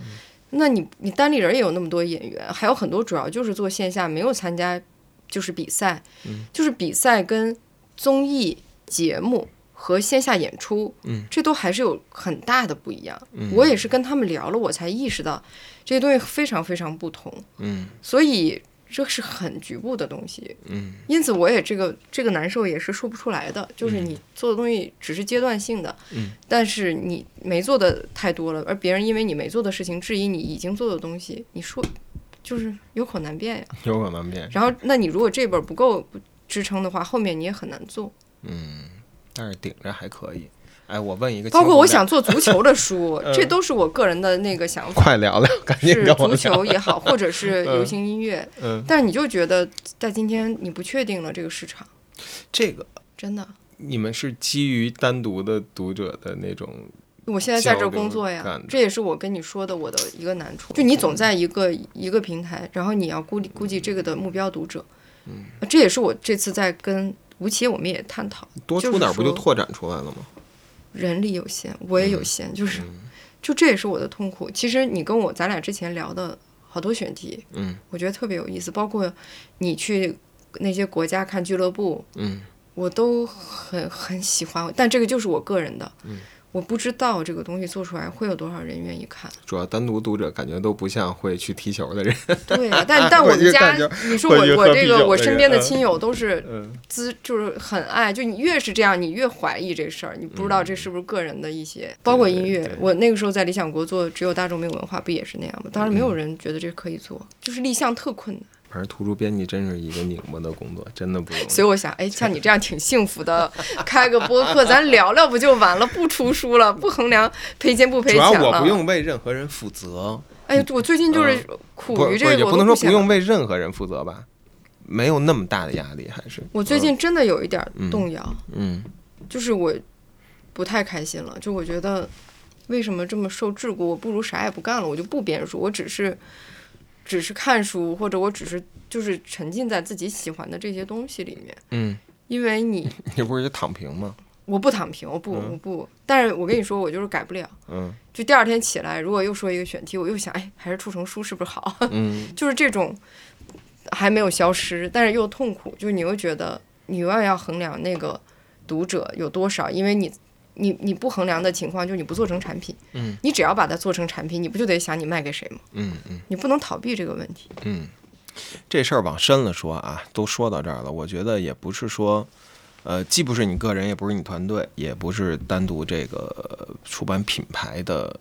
Speaker 2: 那你你单立人也有那么多演员，还有很多主要就是做线下，没有参加就是比赛，
Speaker 3: 嗯
Speaker 2: 就是比赛跟综艺节目和线下演出，
Speaker 3: 嗯
Speaker 2: 这都还是有很大的不一样。我也是跟他们聊了，我才意识到这些东西非常非常不同。
Speaker 3: 嗯
Speaker 2: 所以这是很局部的东西，嗯，因此我也这个这个难受也是说不出来的，就是你做的东西只是阶段性的，嗯，但是你没做的太多了，而别人因为你没做的事情质疑你已经做的东西，你说就是有口难辩呀。
Speaker 3: 有可能变。
Speaker 2: 然后，那你如果这本不够支撑的话，后面你也很难做。
Speaker 3: 但是顶着还可以。哎，我问一个，
Speaker 2: 包括我想做足球的书，这都是我个人的那个想 法。
Speaker 3: 快聊聊，赶紧
Speaker 2: 是
Speaker 3: 跟我
Speaker 2: 足
Speaker 3: 聊
Speaker 2: 球也好，或者是流行音乐，
Speaker 3: 嗯
Speaker 2: 但是你就觉得在今天你不确定了这个市场，
Speaker 3: 这个，
Speaker 2: 真的。
Speaker 3: 你们是基于单独的读者的那种，
Speaker 2: 我现在在这
Speaker 3: 交
Speaker 2: 儿
Speaker 3: 流
Speaker 2: 工作
Speaker 3: 感
Speaker 2: 呀
Speaker 3: 的，
Speaker 2: 这也是我跟你说的我的一个难处。就嗯你总在一个一个平台，然后你要估估计这个的目标读者，嗯，这也是我这次在跟吴奇，我们也探讨，
Speaker 3: 多
Speaker 2: 就
Speaker 3: 出
Speaker 2: 是
Speaker 3: 点不就
Speaker 2: 说
Speaker 3: 拓展出来了吗？
Speaker 2: 人力有限，我也有限，就是， 就这也是我的痛苦。其实你跟我咱俩之前聊的好多选题，
Speaker 3: 嗯，
Speaker 2: 我觉得特别有意思，包括你去那些国家看俱乐部，
Speaker 3: 嗯，
Speaker 2: 我都很很喜欢，但这个就是我个人的，嗯，我不知道这个东西做出来会有多少人愿意看，
Speaker 3: 主要单独读者感觉都不像会去踢球的人。
Speaker 2: 对啊，但但我
Speaker 3: 我就
Speaker 2: 们家
Speaker 3: 感觉，
Speaker 2: 你说
Speaker 3: 我
Speaker 2: 我
Speaker 3: 就
Speaker 2: 我
Speaker 3: 喝
Speaker 2: 这
Speaker 3: 啤酒
Speaker 2: 个我
Speaker 3: 的
Speaker 2: 身
Speaker 3: 人
Speaker 2: 边的
Speaker 3: 嗯
Speaker 2: 亲友都是
Speaker 3: 嗯
Speaker 2: 资就是很爱，就你越是这样，你越怀疑这事儿，你不知道这是不是个人的一些，包括音乐
Speaker 3: 嗯对。
Speaker 2: 我那个时候在理想国做只有大众没有文化，不也是那样吗？当时
Speaker 3: 嗯
Speaker 2: 没有人觉得这可以做，就是立项特困难。
Speaker 3: 反正图书编辑真是一个拧巴的工作，真的不容易。
Speaker 2: 所以我想，哎，像你这样挺幸福 的，开个播客，咱聊聊不就完了？不出书了，不衡量赔钱不赔
Speaker 3: 主
Speaker 2: 钱
Speaker 3: 要
Speaker 2: 了。
Speaker 3: 我不。用为任何人负责，
Speaker 2: 哎呀，我最近就是
Speaker 3: 不
Speaker 2: 苦
Speaker 3: 是
Speaker 2: 于
Speaker 3: 不
Speaker 2: 这
Speaker 3: 是
Speaker 2: 个，
Speaker 3: 也
Speaker 2: 我
Speaker 3: 不
Speaker 2: 都
Speaker 3: 能说
Speaker 2: 想
Speaker 3: 不用为任何人负责吧，没有那么大的压力，还是
Speaker 2: 我最近真的有一点儿动摇。
Speaker 3: 嗯
Speaker 2: 就是我不太开心了，就我觉得为什么这么受桎梏？我不如啥也不干了，我就不编书，我只是只是看书，或者我只是就是沉浸在自己喜欢的这些东西里面。
Speaker 3: 嗯，
Speaker 2: 因为你
Speaker 3: 你不是就躺平吗？
Speaker 2: 我不躺平，我不我不，但是我跟你说，我就是改不了。
Speaker 3: 嗯
Speaker 2: 就第二天起来，如果又说一个选题，我又想，哎，还是出成书是不是好？
Speaker 3: 嗯，
Speaker 2: 就是这种还没有消失，但是又痛苦，就是你又觉得你永远要衡量那个读者有多少，因为你。你你不衡量的情况就是你不做成产品，
Speaker 3: 嗯，
Speaker 2: 你只要把它做成产品，你不就得想你卖给谁吗？
Speaker 3: 嗯嗯
Speaker 2: 你不能逃避这个问题。
Speaker 3: 这事儿往深了说啊，都说到这儿了，我觉得也不是说，呃，既不是你个人，也不是你团队，也不是单独这个呃出版品牌的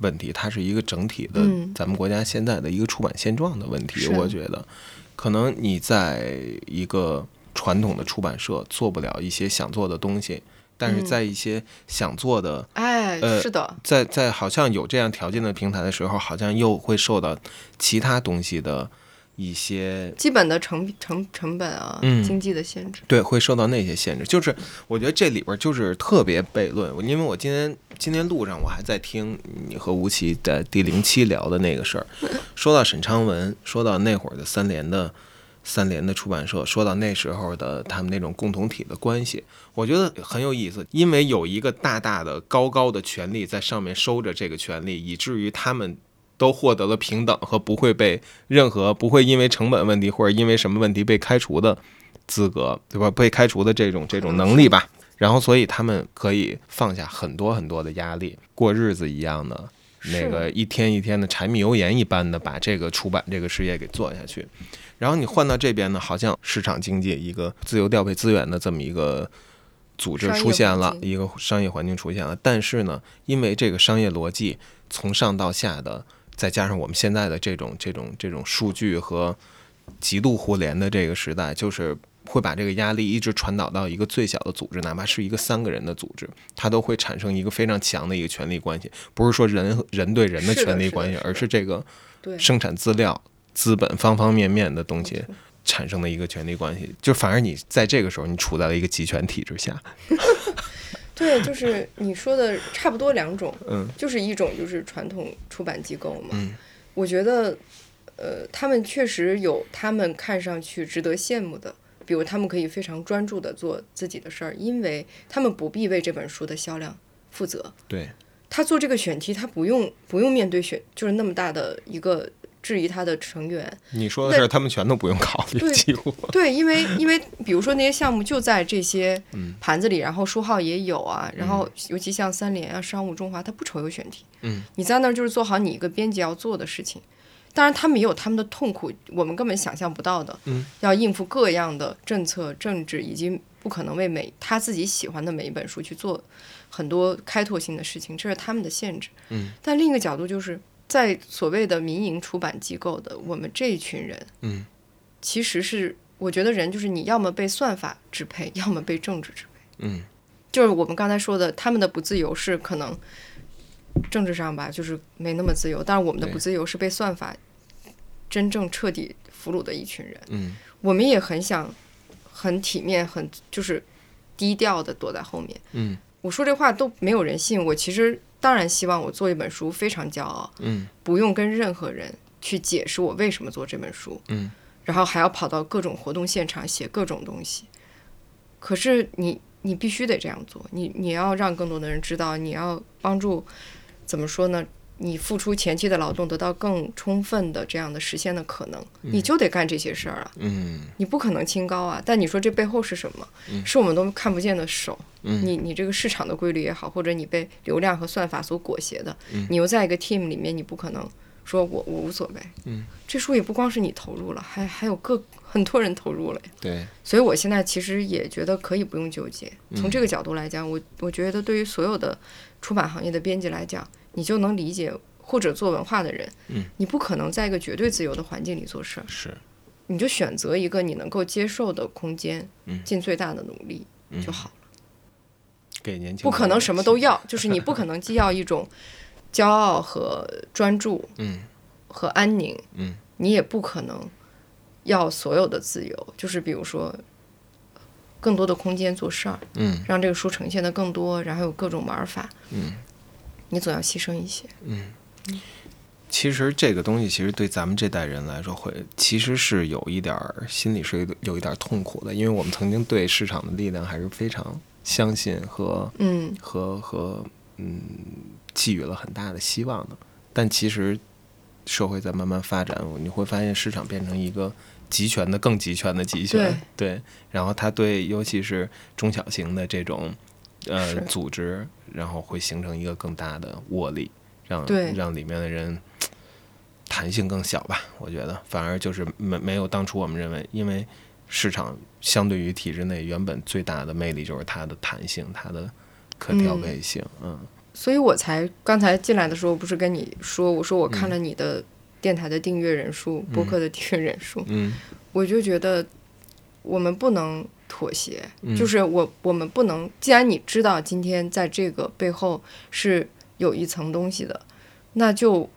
Speaker 3: 问题，它是一个整体的、
Speaker 2: 嗯
Speaker 3: 咱们国家现在的一个出版现状的问题。
Speaker 2: 是
Speaker 3: 我觉得，可能你在一个传统的出版社做不了一些想做的东西，但
Speaker 2: 嗯
Speaker 3: 是在一些想做的、
Speaker 2: 哎，
Speaker 3: 呃
Speaker 2: 是的，
Speaker 3: 在在好像有这样条件的平台的时候，好像又会受到其他东西的一些
Speaker 2: 基本的成成成本啊，
Speaker 3: 嗯
Speaker 2: 经济的限制，
Speaker 3: 对，会受到那些限制。就是我觉得这里边就是特别悖论。我因为我今天今天路上我还在听你和吴奇在第零期聊的那个事儿，说到沈昌文，说到那会儿的三联的三联的出版社，说到那时候的他们那种共同体的关系，我觉得很有意思。因为有一个大大的高高的权力在上面收着这个权力，以至于他们。都获得了平等和不会被任何不会因为成本问题或者因为什么问题被开除的资格，对吧？被开除的这种这种能力吧。然后，所以他们可以放下很多很多的压力，过日子一样的，
Speaker 2: 是
Speaker 3: 那个一天一天的柴米油盐一般的把这个出版这个事业给做下去。然后你换到这边呢，好像市场经济一个自由调配资源的这么一个组织
Speaker 2: 商业
Speaker 3: 出现了
Speaker 2: 环，境
Speaker 3: 一个商业环境出现了。但是呢，因为这个商业逻辑从上到下的，再加上我们现在的这种这种这种数据和极度互联的这个时代，就是会把这个压力一直传导到一个最小的组织，哪怕是一个三个人的组织，它都会产生一个非常强的一个权力关系。不是说人和人对人的
Speaker 2: 是的
Speaker 3: 权力
Speaker 2: 是的
Speaker 3: 关系，
Speaker 2: 是的
Speaker 3: 而是这个
Speaker 2: 对，
Speaker 3: 生产资料、资本方方面面的东西产生的一个权力关系。就反而你在这个时候，你处在了一个集权体制下。
Speaker 2: 对，就是你说的差不多两种，
Speaker 3: 嗯，
Speaker 2: 就是一种就是传统出版机构嘛，
Speaker 3: 嗯
Speaker 2: 我觉得，呃，他们确实有他们看上去值得羡慕的，比如他们可以非常专注的做自己的事儿，因为他们不必为这本书的销量负责。
Speaker 3: 对，
Speaker 2: 他做这个选题，他不用不用面对选就是那么大的一个质疑他的成员，
Speaker 3: 你说的是他们全都不用考虑，
Speaker 2: 对
Speaker 3: 几乎。
Speaker 2: 对，因为因为比如说那些项目就在这些
Speaker 3: 嗯
Speaker 2: 盘子里，然后书号也有啊，然后尤其像三联啊、商务中华，它不愁有选题。
Speaker 3: 嗯，
Speaker 2: 你在那儿就是做好你一个编辑要做的事情，当然，他们也有他们的痛苦，我们根本想象不到的。
Speaker 3: 嗯，
Speaker 2: 要应付各样的政策、政治，以及不可能为每他自己喜欢的每一本书去做很多开拓性的事情，这是他们的限制。
Speaker 3: 嗯，
Speaker 2: 但另一个角度就是在所谓的民营出版机构的我们这一群人，
Speaker 3: 嗯，
Speaker 2: 其实是我觉得人就是你要么被算法支配， 要么被政治支配。
Speaker 3: 嗯，
Speaker 2: 就是我们刚才说的，他们的不自由是可能政治上吧，就是没那么自由，但是我们的
Speaker 3: 对
Speaker 2: 不自由是被算法真正彻底俘虏的一群人。
Speaker 3: 嗯，
Speaker 2: 我们也很想很体面、很就是低调的躲在后面。
Speaker 3: 嗯，
Speaker 2: 我说这话都没有人信。我其实当然希望我做一本书非常骄傲，
Speaker 3: 嗯，
Speaker 2: 不用跟任何人去解释我为什么做这本书，
Speaker 3: 嗯，
Speaker 2: 然后还要跑到各种活动现场写各种东西。可是你你必须得这样做，你你要让更多的人知道，你要帮助怎么说呢？你付出前期的劳动，得到更充分的这样的实现的可能，你就得干这些事儿啊！
Speaker 3: 嗯
Speaker 2: 你不可能清高啊！但你说这背后是什么？是我们都看不见的手。
Speaker 3: 嗯
Speaker 2: 你你这个市场的规律也好，或者你被流量和算法所裹挟的，你又在一个 team 里面，你不可能说我我无所谓。
Speaker 3: 嗯，
Speaker 2: 这书也不光是你投入了，还还有各很多人投入了呀。
Speaker 3: 对，
Speaker 2: 所以我现在其实也觉得可以不用纠结。
Speaker 3: 嗯
Speaker 2: 从这个角度来讲，我我觉得对于所有的出版行业的编辑来讲，你就能理解，或者做文化的人，
Speaker 3: 嗯
Speaker 2: 你不可能在一个绝对自由的环境里做事儿，
Speaker 3: 是，
Speaker 2: 你就选择一个你能够接受的空间，
Speaker 3: 嗯
Speaker 2: 尽最大的努力就好了。
Speaker 3: 给年轻
Speaker 2: 不可能什么都要，就是你不可能既要一种骄傲和专注，
Speaker 3: 嗯，
Speaker 2: 和安宁，
Speaker 3: 嗯，
Speaker 2: 你也不可能要所有的自由，就是比如说更多的空间做事儿，
Speaker 3: 嗯
Speaker 2: 让这个书呈现的更多，然后有各种玩法，
Speaker 3: 嗯，
Speaker 2: 你总要牺牲一些，
Speaker 3: 其实这个东西，其实对咱们这代人来说会，其实是有一点儿心里是有一点儿痛苦的，因为我们曾经对市场的力量还是非常相信和
Speaker 2: 嗯
Speaker 3: 和和嗯寄予了很大的希望的。但其实社会在慢慢发展，你会发现市场变成一个集权的更集权的集权，对然后它对尤其是中小型的这种呃
Speaker 2: 是
Speaker 3: 组织，然后会形成一个更大的握力，让
Speaker 2: 对
Speaker 3: 让里面的人。弹性更小吧，我觉得反而就是没没有当初我们认为，因为市场相对于体制内原本最大的魅力就是它的弹性，它的可调配性，嗯
Speaker 2: 所以我才刚才进来的时候不是跟你说，我说我看了
Speaker 3: 嗯
Speaker 2: 你的电台的订阅人数，播客的订阅人数，
Speaker 3: 嗯
Speaker 2: 我就觉得我们不能妥协，
Speaker 3: 嗯
Speaker 2: 就是我我们不能，既然你知道今天在这个背后是有一层东西的，那就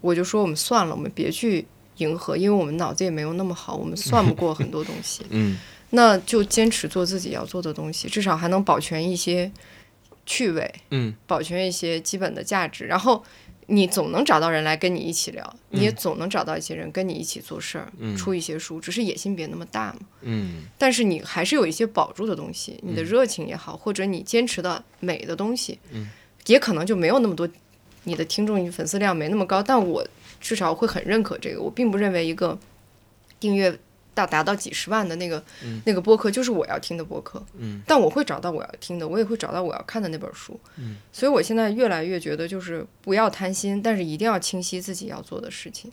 Speaker 2: 我就说我们算了，我们别去迎合，因为我们脑子也没有那么好，我们算不过很多东西，
Speaker 3: 嗯
Speaker 2: 那就坚持做自己要做的东西，至少还能保全一些趣味，
Speaker 3: 嗯
Speaker 2: 保全一些基本的价值，然后你总能找到人来跟你一起聊，你也总能找到一些人跟你一起做事儿，出一些书，只是野心别那么大嘛。
Speaker 3: 嗯
Speaker 2: 但是你还是有一些保住的东西，你的热情也好，或者你坚持的美的东西，也可能就没有那么多，你的听众粉丝量没那么高。但我至少会很认可这个，我并不认为一个订阅到达到几十万的那个、那个播客就是我要听的播客，
Speaker 3: 嗯
Speaker 2: 但我会找到我要听的，我也会找到我要看的那本书，所以我现在越来越觉得就是不要贪心，但是一定要清晰自己要做的事情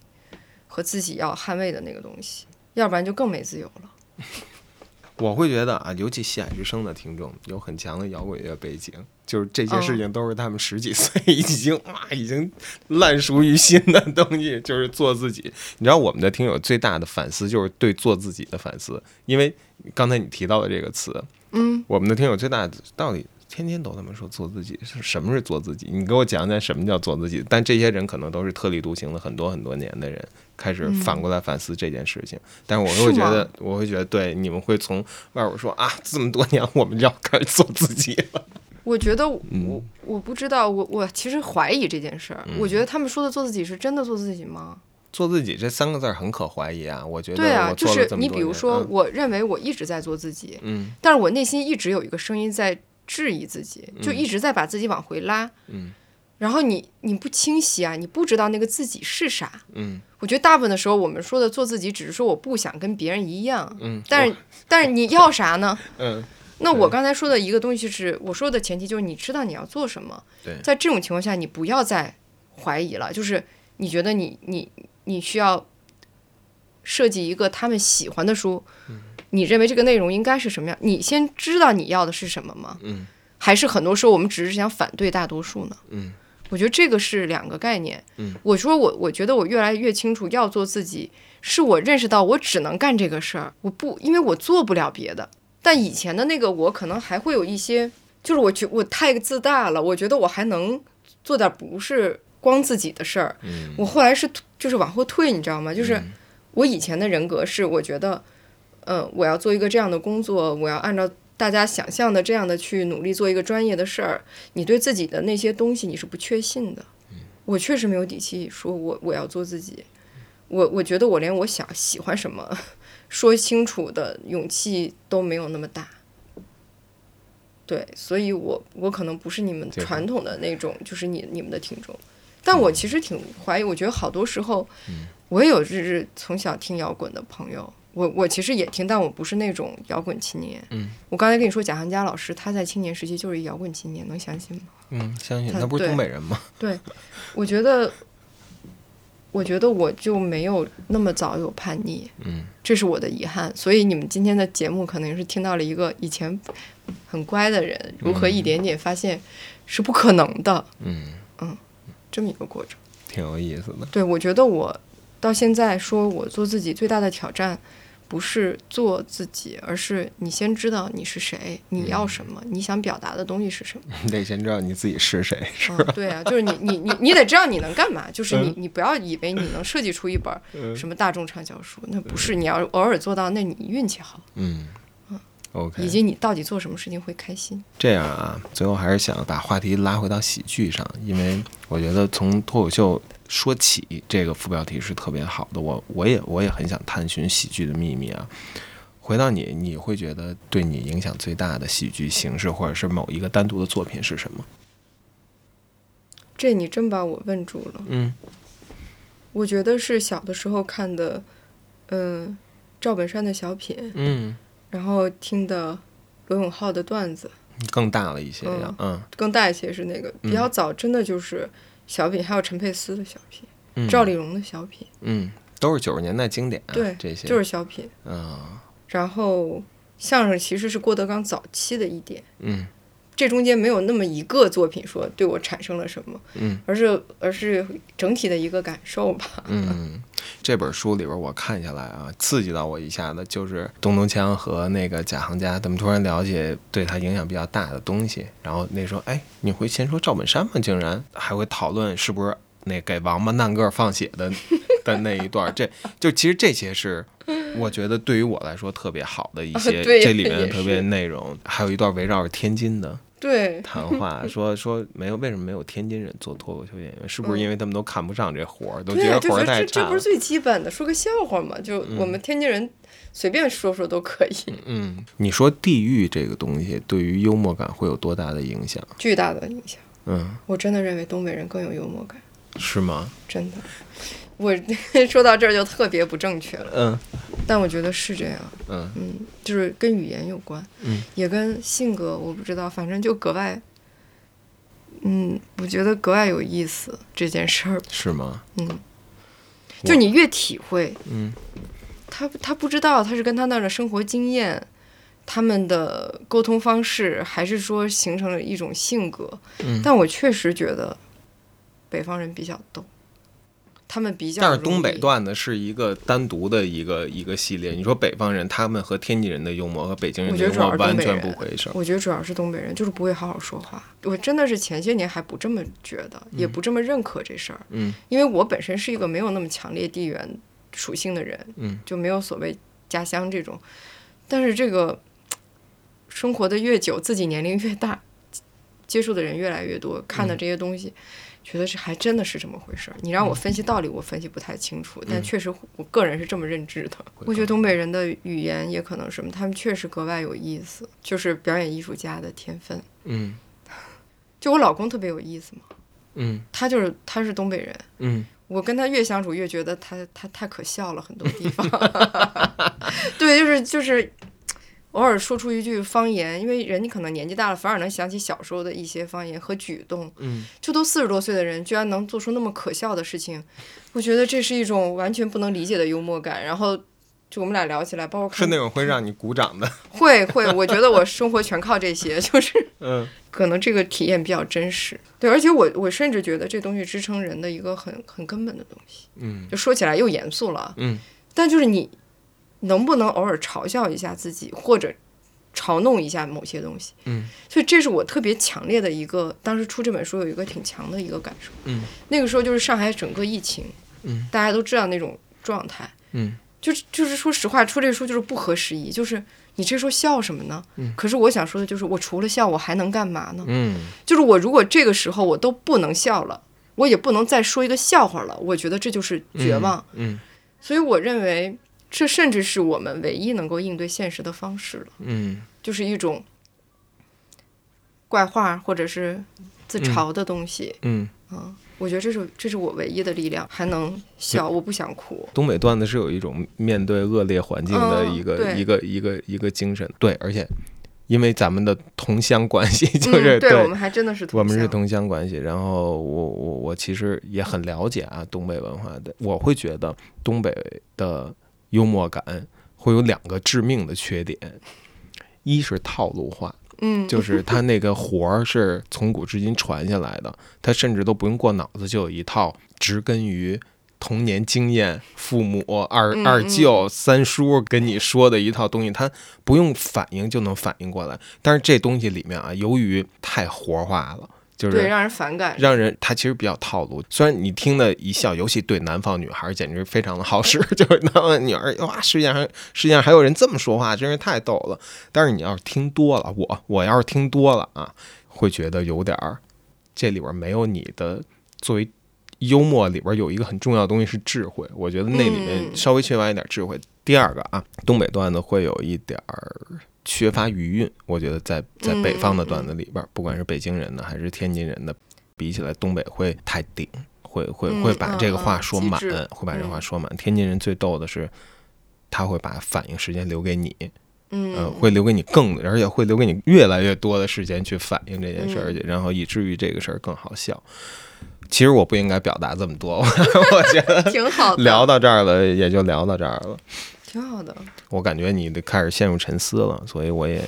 Speaker 2: 和自己要捍卫的那个东西，要不然就更没自由了。
Speaker 3: 我会觉得啊，尤其西海之声的听众有很强的摇滚乐背景，就是这些事情都是他们十几岁已经 哇、已经烂熟于心的东西，就是做自己。你知道我们的听友最大的反思就是对做自己的反思，因为刚才你提到的这个词，嗯，我们的听友最大的到底。天天都他妈说做自己，是什么是做自己？你给我讲讲什么叫做自己？但这些人可能都是特立独行了很多很多年的人，开始反过来反思这件事情。但是我会
Speaker 2: 嗯是
Speaker 3: 觉
Speaker 2: 吗
Speaker 3: 得，我会觉得，对你们会从外边说啊，这么多年我们要开始做自己了。
Speaker 2: 我觉得我、
Speaker 3: 嗯
Speaker 2: 我不知道，我我其实怀疑这件事儿。我觉得他们说的做自己是真的做自己吗？
Speaker 3: 做自己这三个字儿很可怀疑啊，我觉得
Speaker 2: 对啊，
Speaker 3: 我
Speaker 2: 就
Speaker 3: 做了
Speaker 2: 是
Speaker 3: 这么
Speaker 2: 你
Speaker 3: 多
Speaker 2: 比如
Speaker 3: 年
Speaker 2: 说，，我认为我一直在做自己，
Speaker 3: 嗯
Speaker 2: 但是我内心一直有一个声音在质疑自己，就一直在把自己往回拉。
Speaker 3: 嗯
Speaker 2: 然后你你不清晰啊，你不知道那个自己是啥。
Speaker 3: 嗯
Speaker 2: 我觉得大部分的时候，我们说的做自己，只是说我不想跟别人一样。
Speaker 3: 嗯
Speaker 2: 但是但是你要啥呢？
Speaker 3: 嗯
Speaker 2: 那我刚才说的一个东西是，我说的前提就是你知道你要做什么。
Speaker 3: 对
Speaker 2: 在这种情况下，你不要再怀疑了，就是你觉得你你你需要设计一个他们喜欢的书，
Speaker 3: 嗯
Speaker 2: 你认为这个内容应该是什么样？你先知道你要的是什么吗？
Speaker 3: 嗯，
Speaker 2: 还是很多时候我们只是想反对大多数呢？
Speaker 3: 嗯，
Speaker 2: 我觉得这个是两个概念。
Speaker 3: 嗯，
Speaker 2: 我说我我觉得我越来越清楚要做自己，是我认识到我只能干这个事儿，我不因为我做不了别的。但以前的那个我可能还会有一些，就是我觉我太自大了，我觉得我还能做点不是光自己的事儿。
Speaker 3: 嗯
Speaker 2: 我后来是就是往后退，你知道吗？就是我以前的人格是，我觉得，嗯，我要做一个这样的工作，我要按照大家想象的这样的去努力做一个专业的事儿。你对自己的那些东西你是不确信的。我确实没有底气说我我要做自己，我我觉得我连我想喜欢什么说清楚的勇气都没有那么大。对，所以我我可能不是你们
Speaker 3: 对嗯
Speaker 2: 传统的那种，就是你你们的听众。但我其实挺怀疑，我觉得好多时候，我也有就是从小听摇滚的朋友，我我其实也听，但我不是那种摇滚青年。
Speaker 3: 嗯，
Speaker 2: 我刚才跟你说，贾行家老师他在青年时期就是一摇滚青年，能相信吗？
Speaker 3: 嗯，相信
Speaker 2: 他
Speaker 3: 他不是
Speaker 2: 对
Speaker 3: 东北人吗？
Speaker 2: 对，我觉得，我觉得我就没有那么早有叛逆，
Speaker 3: 嗯，
Speaker 2: 这是我的遗憾。所以你们今天的节目可能是听到了一个以前很乖的人如何一点点发现是不可能的，
Speaker 3: 嗯，
Speaker 2: 这么一个过程。
Speaker 3: 挺有意思的。
Speaker 2: 对，我觉得我到现在说我做自己最大的挑战，不是做自己，而是你先知道你是谁，
Speaker 3: 嗯
Speaker 2: 你要什么，你想表达的东西是什么。
Speaker 3: 你得先知道你自己是嗯谁。
Speaker 2: 嗯，对啊，就是你你你你得知道你能干嘛，就是你你不要以为你能设计出一本儿
Speaker 3: 嗯
Speaker 2: 什么大众畅销书，那不是，你要偶尔做到，那你运气好，
Speaker 3: 嗯，OK，
Speaker 2: 以及你到底做什么事情会开心。
Speaker 3: 这样啊，最后还是想把话题拉回到喜剧上，因为我觉得从脱口秀说起这个副标题是特别好的。我我也我也很想探寻喜剧的秘密啊。回到你，你会觉得对你影响最大的喜剧形式，或者是某一个单独的作品是什么？
Speaker 2: 这你真把我问住了。
Speaker 3: 嗯
Speaker 2: 我觉得是小的时候看的，嗯、赵本山的小品，
Speaker 3: 嗯，
Speaker 2: 然后听的罗永浩的段子，
Speaker 3: 更大了一些呀。嗯
Speaker 2: 更大一些是那个比较早，真的就是小品，还有陈佩斯的小品，
Speaker 3: 嗯，
Speaker 2: 赵丽蓉的小品，
Speaker 3: 嗯，都是九十年代经典、啊。
Speaker 2: 对，
Speaker 3: 这些
Speaker 2: 就是小品。
Speaker 3: 嗯
Speaker 2: 然后相声其实是郭德纲早期的一点，
Speaker 3: 嗯
Speaker 2: 这中间没有那么一个作品说对我产生了什么，
Speaker 3: 嗯，
Speaker 2: 而是而是整体的一个感受吧。
Speaker 3: 嗯，这本书里边我看下来啊，刺激到我一下的就是东东锵和那个贾行家，他们突然了解对他影响比较大的东西。然后那时候，哎，你会先说赵本山吗？竟然还会讨论是不是那给王八难个儿放血的 的那一段儿。这就其实这些是我觉得对于我来说特别好的一些，
Speaker 2: 对
Speaker 3: 这里面
Speaker 2: 也
Speaker 3: 的特别
Speaker 2: 是
Speaker 3: 内容。还有一段围绕着天津的，
Speaker 2: 对，
Speaker 3: 谈话，说 说没有为什么没有天津人做脱口秀演员？是不是
Speaker 2: 嗯
Speaker 3: 因为他们都看不上这活儿，都
Speaker 2: 对
Speaker 3: 觉
Speaker 2: 啊，
Speaker 3: 得
Speaker 2: 就
Speaker 3: 活
Speaker 2: 觉
Speaker 3: 儿
Speaker 2: 得这
Speaker 3: 太
Speaker 2: 这
Speaker 3: 差
Speaker 2: 不
Speaker 3: 了
Speaker 2: 是？最基本的，说个笑话嘛，就我们天津人随便说说都可以，
Speaker 3: 嗯，你说地域这个东西对于幽默感会有多大的影响？
Speaker 2: 巨大的影响。
Speaker 3: 嗯，
Speaker 2: 我真的认为东北人更有幽默感，
Speaker 3: 是吗？
Speaker 2: 真的。我 说到这儿就特别不正确了，
Speaker 3: 嗯
Speaker 2: 但我觉得是这样。
Speaker 3: 嗯
Speaker 2: 嗯，就是跟语言有关，
Speaker 3: 嗯，
Speaker 2: 也跟性格，我不知道，反正就格外，嗯，我觉得格外有意思这件事儿，
Speaker 3: 是吗？
Speaker 2: 嗯，就你越体会，
Speaker 3: 嗯，
Speaker 2: 他他不知道他是跟他那儿的生活经验，他们的沟通方式，还是说形成了一种性格，
Speaker 3: 嗯
Speaker 2: 但我确实觉得北方人比较逗，他们比较，
Speaker 3: 但是东北。段子是一个单独的一个一个系列。你说北方人他们和天津人的幽默和北京人的
Speaker 2: 我觉
Speaker 3: 幽
Speaker 2: 得主要
Speaker 3: 默
Speaker 2: 是
Speaker 3: 完
Speaker 2: 东北
Speaker 3: 全
Speaker 2: 人
Speaker 3: 不回事儿。
Speaker 2: 我觉得主要是东北人，就是不会好好说话。我真的是前些年还不这么觉得，也不这么认可这事儿，
Speaker 3: 嗯
Speaker 2: 因为我本身是一个没有那么强烈地缘属性的人，
Speaker 3: 嗯，
Speaker 2: 就没有所谓家乡这种。但是这个生活的越久，自己年龄越大，接触的人越来越多，看的这些东西，觉得是还真的是这么回事儿。你让我分析道理，我分析不太清楚，但确实我个人是这么认知的。我觉得东北人的语言也可能什么，他们确实格外有意思，就是表演艺术家的天分。
Speaker 3: 嗯
Speaker 2: 就我老公特别有意思嘛，
Speaker 3: 嗯
Speaker 2: 他就是他是东北人，
Speaker 3: 嗯，
Speaker 2: 我跟他越相处越觉 得他他太可笑了，很多地方。对，就是就是，偶尔说出一句方言，因为人你可能年纪大了，反而能想起小时候的一些方言和举动。
Speaker 3: 嗯，
Speaker 2: 就都四十多岁的人，居然能做出那么可笑的事情，我觉得这是一种完全不能理解的幽默感。然后就我们俩聊起来，包括
Speaker 3: 是
Speaker 2: 看
Speaker 3: 那种会让你鼓掌的，
Speaker 2: 会会，我觉得我生活全靠这些，就是
Speaker 3: 嗯
Speaker 2: 可能这个体验比较真实。对，而且我我甚至觉得这东西支撑人的一个很很根本的东西。
Speaker 3: 嗯
Speaker 2: 就说起来又严肃了，
Speaker 3: 嗯，
Speaker 2: 但就是你能不能偶尔嘲笑一下自己，或者嘲弄一下某些东西？
Speaker 3: 嗯，
Speaker 2: 所以这是我特别强烈的一个，当时出这本书有一个挺强的一个感受。
Speaker 3: 嗯，
Speaker 2: 那个时候就是上海整个疫情，
Speaker 3: 嗯，
Speaker 2: 大家都知道那种状态，
Speaker 3: 嗯，
Speaker 2: 就是就是说实话，出这书就是不合时宜，就是你这时候笑什么呢？
Speaker 3: 嗯，
Speaker 2: 可是我想说的就是，我除了笑，我还能干嘛呢？
Speaker 3: 嗯
Speaker 2: 就是我如果这个时候我都不能笑了。我也不能再说一个笑话了，我觉得这就是绝望。
Speaker 3: 嗯
Speaker 2: 所以我认为，这甚至是我们唯一能够应对现实的方式了，
Speaker 3: 嗯
Speaker 2: 就是一种怪话或者是自嘲的东西。
Speaker 3: 嗯，
Speaker 2: 我觉得这是这是我唯一的力量，还能笑，我不想哭。
Speaker 3: 东北段子是有一种面对恶劣环境的一个、
Speaker 2: 嗯对
Speaker 3: 一个一个一个精神，对，而且因为咱们的同乡关系， 就是、
Speaker 2: 嗯、对我们还真的是同
Speaker 3: 我们是
Speaker 2: 乡
Speaker 3: 同乡关系，然后我我我其实也很了解啊东北文化的，我会觉得东北的幽默感会有两个致命的缺点，一是套路化，
Speaker 2: 嗯，
Speaker 3: 就是他那个活儿是从古至今传下来的，他甚至都不用过脑子就有一套植根于童年经验、父母、二
Speaker 2: 嗯
Speaker 3: 二舅、三叔跟你说的一套东西，他不用反应就能反应过来。但是这东西里面啊，由于太活化了，就
Speaker 2: 对
Speaker 3: 是
Speaker 2: 让人反感。
Speaker 3: 让人他其实比较套路。虽然你听的一笑，尤其对南方女孩简直非常的好使，就是南方女孩哇，世界上世界上还有人这么说话，真是太逗了。但是你要是听多了，我我要是听多了啊，会觉得有点儿这里边没有你的作为。幽默里边有一个很重要的东西是智慧，我觉得那里面
Speaker 2: 嗯
Speaker 3: 稍微缺乏一点智慧。第二个啊，东北段子会有一点儿缺乏余韵，我觉得在在北方
Speaker 2: 嗯
Speaker 3: 的段子里边儿，不管是北京人的还是天津人的，比起来东北会太顶，会会
Speaker 2: 嗯
Speaker 3: 会把
Speaker 2: 嗯
Speaker 3: 这个话
Speaker 2: 嗯
Speaker 3: 说
Speaker 2: 极
Speaker 3: 满，
Speaker 2: 致
Speaker 3: 会把这个话
Speaker 2: 嗯
Speaker 3: 说满。天津人最逗的是，他会把反应时间留给你，
Speaker 2: 嗯、
Speaker 3: 呃，会留给你更，而且会留给你越来越多的时间去反应这件事儿，
Speaker 2: 嗯
Speaker 3: 而且然后以至于这个事儿更好笑。其实我不应该表达这么多， 我觉得
Speaker 2: 挺好的，
Speaker 3: 聊到嗯这儿了，也就聊到这儿了。
Speaker 2: 挺好的。
Speaker 3: 我感觉你得开始陷入沉思了，所以我也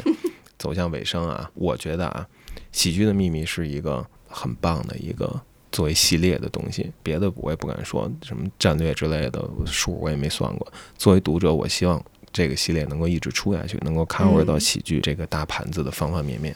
Speaker 3: 走向尾声啊。我觉得啊，《喜剧的秘密》是一个很棒的一个作为系列的东西，别的我也不敢说，什么战略之类的数我也没算过。作为读者，我希望这个系列能够一直出下去，能够 cover 到
Speaker 2: 嗯
Speaker 3: 喜剧这个大盘子的方方面面。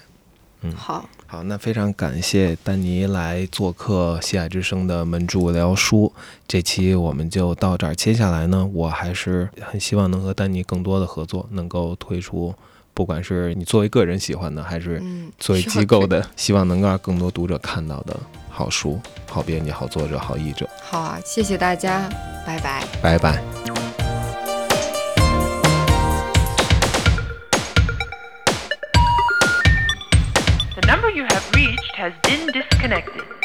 Speaker 2: 好，
Speaker 3: 好，那非常感谢丹尼来做客《西海之声》的门主聊书。这期我们就到这儿，接下来呢，我还是很希望能和丹尼更多的合作，能够推出，不管是你作为个人喜欢的，还是
Speaker 2: 嗯，
Speaker 3: 作为
Speaker 2: 需要
Speaker 3: 机构
Speaker 2: 这
Speaker 3: 的，希望能够让更多读者看到的好书、好编辑、好作者、好译者。
Speaker 2: 好啊，谢谢大家，拜拜。
Speaker 3: 拜拜。
Speaker 5: The number you have reached has been disconnected.